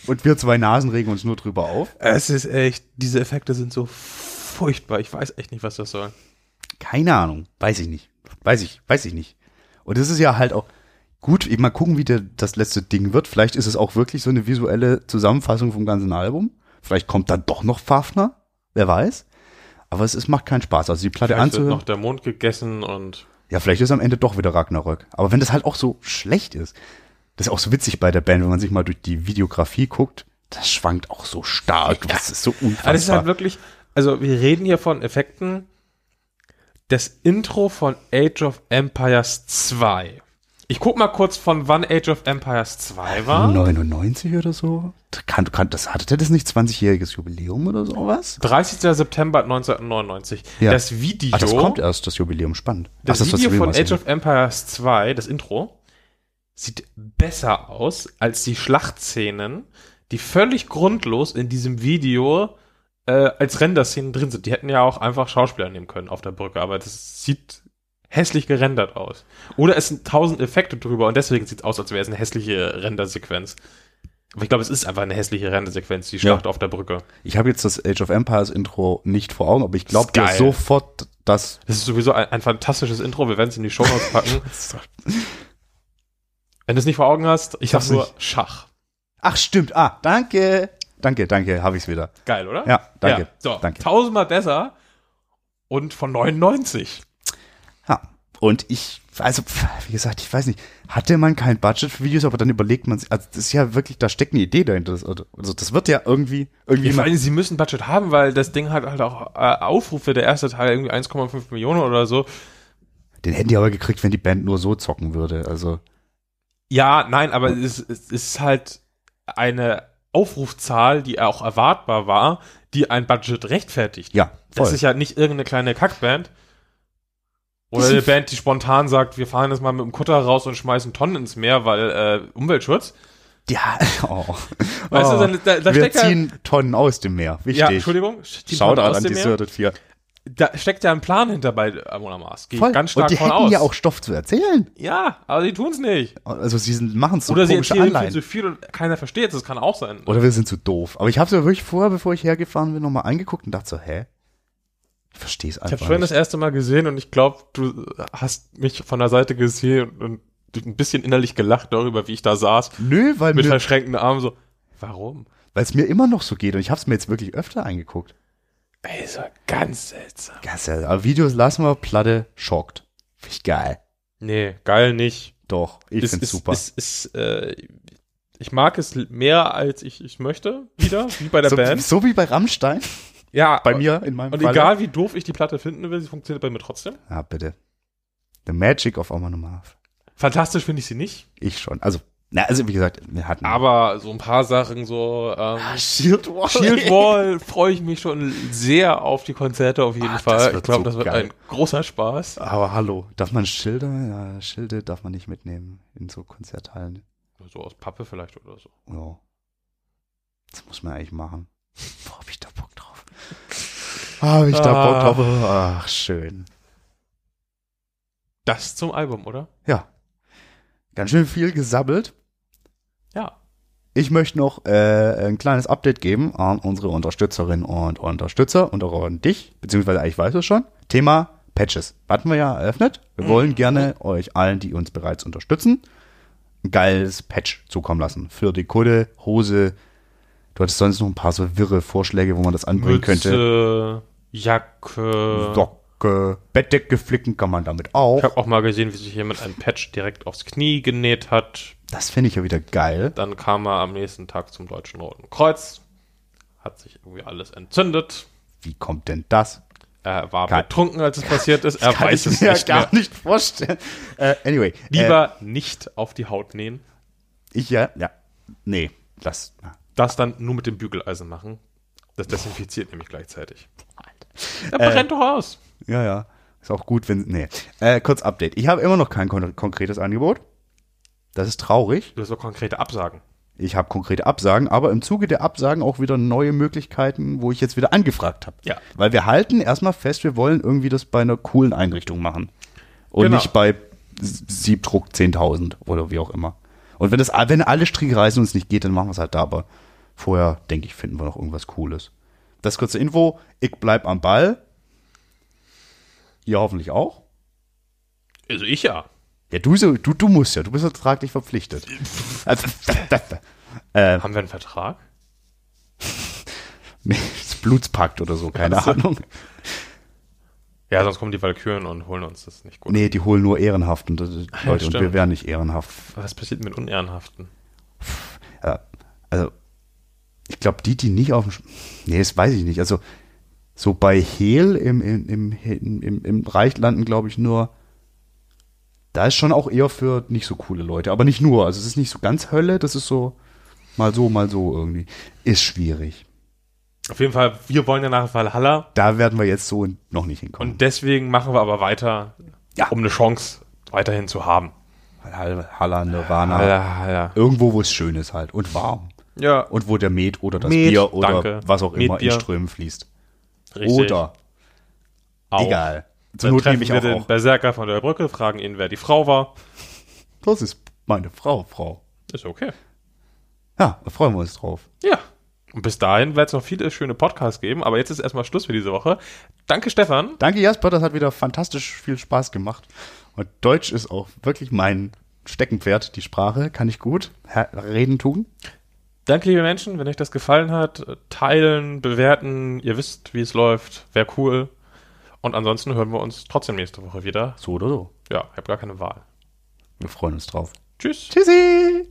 S3: Und wir zwei Nasen regen uns nur drüber auf.
S2: Es ist echt, diese Effekte sind so furchtbar. Ich weiß echt nicht, was das soll.
S3: Keine Ahnung. Weiß ich nicht. Weiß ich, weiß ich nicht. Und das ist ja halt auch gut. ich- Mal gucken, wie der, das letzte Ding wird. Vielleicht ist es auch wirklich so eine visuelle Zusammenfassung vom ganzen Album. Vielleicht kommt dann doch noch Fafner. Wer weiß. Aber es, es macht keinen Spaß. Also die Platte
S2: Vielleicht wird
S3: anzuhören.
S2: noch der Mond gegessen und
S3: Ja, vielleicht ist am Ende doch wieder Ragnarök. Aber wenn das halt auch so schlecht ist, das ist auch so witzig bei der Band, wenn man sich mal durch die Videografie guckt, das schwankt auch so stark. Das ist so unfassbar.
S2: Aber das ist halt wirklich, also wir reden hier von Effekten. Das Intro von Age of Empires 2. Ich guck mal kurz, von wann Age of Empires 2 war.
S3: 99 oder so? Das Kann, kann, das hatte das nicht 20-jähriges Jubiläum oder sowas?
S2: 30. September 1999.
S3: Ja.
S2: Das Video,
S3: Ah, das kommt erst, das Jubiläum. Spannend.
S2: das
S3: Ach, das
S2: Video von Age
S3: Jubiläum
S2: of Empires 2, das Intro, sieht besser aus als die Schlachtszenen, die völlig grundlos in diesem Video äh, als Renderszenen drin sind. Die hätten ja auch einfach Schauspieler nehmen können auf der Brücke, aber das sieht hässlich gerendert aus. Oder es sind tausend Effekte drüber und deswegen sieht es aus, als wäre es eine hässliche Rendersequenz. Aber ich glaube, es ist einfach eine hässliche Rendersequenz, die Schlacht auf der Brücke.
S3: Ich habe jetzt das Age of Empires Intro nicht vor Augen, aber ich glaube
S2: Ist
S3: dir
S2: geil.
S3: sofort, dass
S2: Das ist sowieso ein, ein fantastisches Intro, wir werden es in die Show Notes packen. Wenn du es nicht vor Augen hast, ich sag
S3: hab's
S2: nur
S3: nicht.
S2: Schach.
S3: Ach, stimmt. Ah, danke. Danke, danke, habe ich's wieder.
S2: Geil, oder?
S3: Ja, danke.
S2: So,
S3: Danke.
S2: tausendmal besser und von 99.
S3: Ja. Und ich, also, pf, wie gesagt, ich weiß nicht, hatte man kein Budget für Videos, aber dann überlegt man sich, also das ist ja wirklich, da steckt eine Idee dahinter. Das, oder- also das wird ja irgendwie, irgendwie
S2: Ich
S3: mal,
S2: meine, sie müssen Budget haben, weil das Ding hat halt auch äh, Aufrufe, der erste Teil irgendwie 1,5 Millionen oder so.
S3: den hätten die aber gekriegt, wenn die Band nur so zocken würde. Also,
S2: Ja, nein, aber es, es ist halt eine Aufrufzahl, die auch erwartbar war, die ein Budget rechtfertigt.
S3: ja, voll.
S2: Das ist ja nicht irgendeine kleine Kackband. Oder
S3: Das ist-
S2: eine Band, die spontan sagt, wir fahren jetzt mal mit dem Kutter raus und schmeißen Tonnen ins Meer, weil äh, Umweltschutz.
S3: ja, oh.
S2: Weißt
S3: oh.
S2: du, da- da- da
S3: Wir
S2: steckt ja-
S3: ziehen Tonnen aus dem Meer. Wichtig.
S2: Ja, Entschuldigung. die
S3: Shoutout
S2: Tonnen aus
S3: an
S2: dem
S3: die
S2: Meer.
S3: Deserted 4.
S2: Da steckt ja ein Plan hinter bei Amona Mars. Gehe
S3: Voll.
S2: ich ganz stark
S3: Und die
S2: von
S3: hätten
S2: aus.
S3: ja auch Stoff zu erzählen.
S2: Ja, aber die tun's nicht.
S3: Also sie sind, machen so
S2: Oder sie
S3: komische
S2: erzählen viel
S3: Anleihen.
S2: zu viel und keiner versteht Das kann auch sein.
S3: Oder wir sind zu doof. Aber ich habe es mir wirklich vorher, bevor ich hergefahren bin, nochmal angeguckt und dachte so, hä? Ich verstehe es
S2: ich
S3: einfach
S2: habe vorhin
S3: nicht.
S2: das erste Mal gesehen und ich glaube, du hast mich von der Seite gesehen und, und ein bisschen innerlich gelacht darüber, wie ich da saß.
S3: Nö, weil
S2: Mit halt
S3: mir
S2: verschränkten Armen so, warum?
S3: weil es mir immer noch so geht und ich habe es mir jetzt wirklich öfter angeguckt.
S2: Ey, ist ja ganz seltsam.
S3: Das ist ja, aber Videos lassen wir, Platte schockt. Finde ich geil.
S2: Nee, geil nicht.
S3: Doch, ich
S2: Es
S3: finde
S2: ist-
S3: super.
S2: es ist, äh, ich mag es mehr, als ich, ich möchte, wieder, wie bei der
S3: so,
S2: Band.
S3: so wie bei Rammstein,
S2: Ja,
S3: bei mir in meinem
S2: Und
S3: Falle.
S2: egal, wie doof ich die Platte finden will, sie funktioniert bei mir trotzdem.
S3: Ja, Ah, bitte. The Magic of Amon Amarth.
S2: Fantastisch finde ich sie nicht,
S3: Ich schon. Also, na, also wie gesagt, wir hatten.
S2: aber so ein paar Sachen, so ähm,
S3: Ah, Shield Wall.
S2: Shield Wall freue ich mich schon sehr auf die Konzerte auf jeden
S3: Ah, das
S2: Fall.
S3: wird
S2: Ich glaube,
S3: so
S2: das wird
S3: geil.
S2: ein großer Spaß.
S3: Aber hallo, darf man Schilder? Ja, Schilde darf man nicht mitnehmen in so Konzerthallen.
S2: So aus Pappe vielleicht oder so.
S3: Ja. Das muss man eigentlich machen. Boah, hab ich da Bock drauf. Hab ich da
S2: Ah.
S3: Bock drauf. Ach, schön.
S2: Das zum Album, oder?
S3: Ja. Ganz schön viel gesabbelt.
S2: Ja.
S3: Ich möchte noch äh, ein kleines Update geben an unsere Unterstützerinnen und Unterstützer und auch an dich, beziehungsweise ich weiß es schon. Thema Patches. Hatten wir ja eröffnet. Wir wollen gerne euch allen, die uns bereits unterstützen, ein geiles Patch zukommen lassen. Für die Kutte, Hose. Du hattest sonst noch ein paar so wirre Vorschläge, wo man das anbringen könnte.
S2: Mütze, äh, Jacke.
S3: Socke, Bettdecke flicken kann man damit
S2: Ich
S3: auch.
S2: habe auch mal gesehen, wie sich jemand ein Patch direkt aufs Knie genäht hat.
S3: Das finde ich ja wieder geil.
S2: Dann kam er am nächsten Tag zum Deutschen Roten Kreuz. Hat sich irgendwie alles entzündet.
S3: Wie kommt denn das?
S2: Er äh, war
S3: Kann-
S2: betrunken, als es passiert ist. Er
S3: Kann
S2: weiß
S3: ich
S2: es
S3: mir
S2: nicht
S3: gar
S2: mehr.
S3: nicht vorstellen. Äh, anyway. Äh,
S2: Lieber nicht auf die Haut nähen.
S3: ich ja, ja. Nee, das. na.
S2: Das dann nur mit dem Bügeleisen machen. Das desinfiziert nämlich gleichzeitig. Er brennt doch aus.
S3: Ja, ja. Ist auch gut, wenn. Nee. Äh, kurz Update. Ich habe immer noch kein kon konkretes Angebot. Das ist traurig.
S2: Du hast doch konkrete Absagen.
S3: Ich habe konkrete Absagen, aber im Zuge der Absagen auch wieder neue Möglichkeiten, wo ich jetzt wieder angefragt habe.
S2: Ja.
S3: Weil wir halten erstmal fest, wir wollen irgendwie das bei einer coolen Einrichtung machen. Und
S2: Genau.
S3: nicht bei S- Siebdruck 10.000 oder wie auch immer. Und wenn, das, wenn alle Strickreisen uns nicht geht, dann machen wir es halt da. Aber vorher, denke ich, finden wir noch irgendwas Cooles. Das kurze Info. Ich bleib am Ball. Ihr hoffentlich auch.
S2: Also ich ja.
S3: Ja, du, so, du, du musst ja, du bist vertraglich verpflichtet. Also, äh,
S2: Haben wir einen Vertrag?
S3: nee, das Blutspakt oder so, keine Ahnung.
S2: Ja, sonst kommen die Walküren und holen uns das ist nicht gut.
S3: Nee, die holen nur ehrenhaft und, äh, Leute und wir
S2: stimmt.
S3: wären nicht ehrenhaft.
S2: Was passiert mit Unehrenhaften?
S3: Ja, also, ich glaube, die, die nicht auf dem. Sch nee, das weiß ich nicht. Also, so bei Hehl im, im, im, im, im, im Reich landen, glaube ich, nur. Da ist schon auch eher für nicht so coole Leute. Aber nicht nur. Also, es ist nicht so ganz Hölle. Das ist so. Mal so, mal so irgendwie. Ist schwierig.
S2: Auf jeden Fall, wir wollen ja nach Valhalla
S3: Da werden wir jetzt so noch nicht hinkommen.
S2: und deswegen machen wir aber weiter,
S3: Ja.
S2: um eine Chance weiterhin zu haben.
S3: Halla, Nirvana.
S2: Valhalla.
S3: Irgendwo, wo es schön ist halt. Und warm.
S2: Ja,
S3: Und wo der Met oder das
S2: Met,
S3: Bier oder
S2: danke.
S3: was auch immer in
S2: Metbier.
S3: Strömen fließt.
S2: richtig.
S3: Oder.
S2: Auch.
S3: Egal. Zur
S2: Dann
S3: Not
S2: treffen
S3: nehme ich
S2: wir
S3: auch,
S2: den
S3: auch.
S2: Berserker von der Brücke, fragen ihn, wer die Frau war.
S3: Das ist meine Frau, Frau.
S2: Ist okay.
S3: Ja, da freuen wir uns drauf.
S2: Ja. Und bis dahin wird es noch viele schöne Podcasts geben, aber jetzt ist erstmal Schluss für diese Woche. Danke, Stefan.
S3: Danke, Jasper, das hat wieder fantastisch viel Spaß gemacht. Und Deutsch ist auch wirklich mein Steckenpferd, die Sprache, kann ich gut. Ha- Reden tun.
S2: Danke, liebe Menschen, wenn euch das gefallen hat. Teilen, bewerten, ihr wisst, wie es läuft. Wäre cool. Und ansonsten hören wir uns trotzdem nächste Woche wieder.
S3: So oder so.
S2: Ja, ich habe gar keine Wahl.
S3: Wir freuen uns drauf.
S2: Tschüss.
S3: Tschüssi!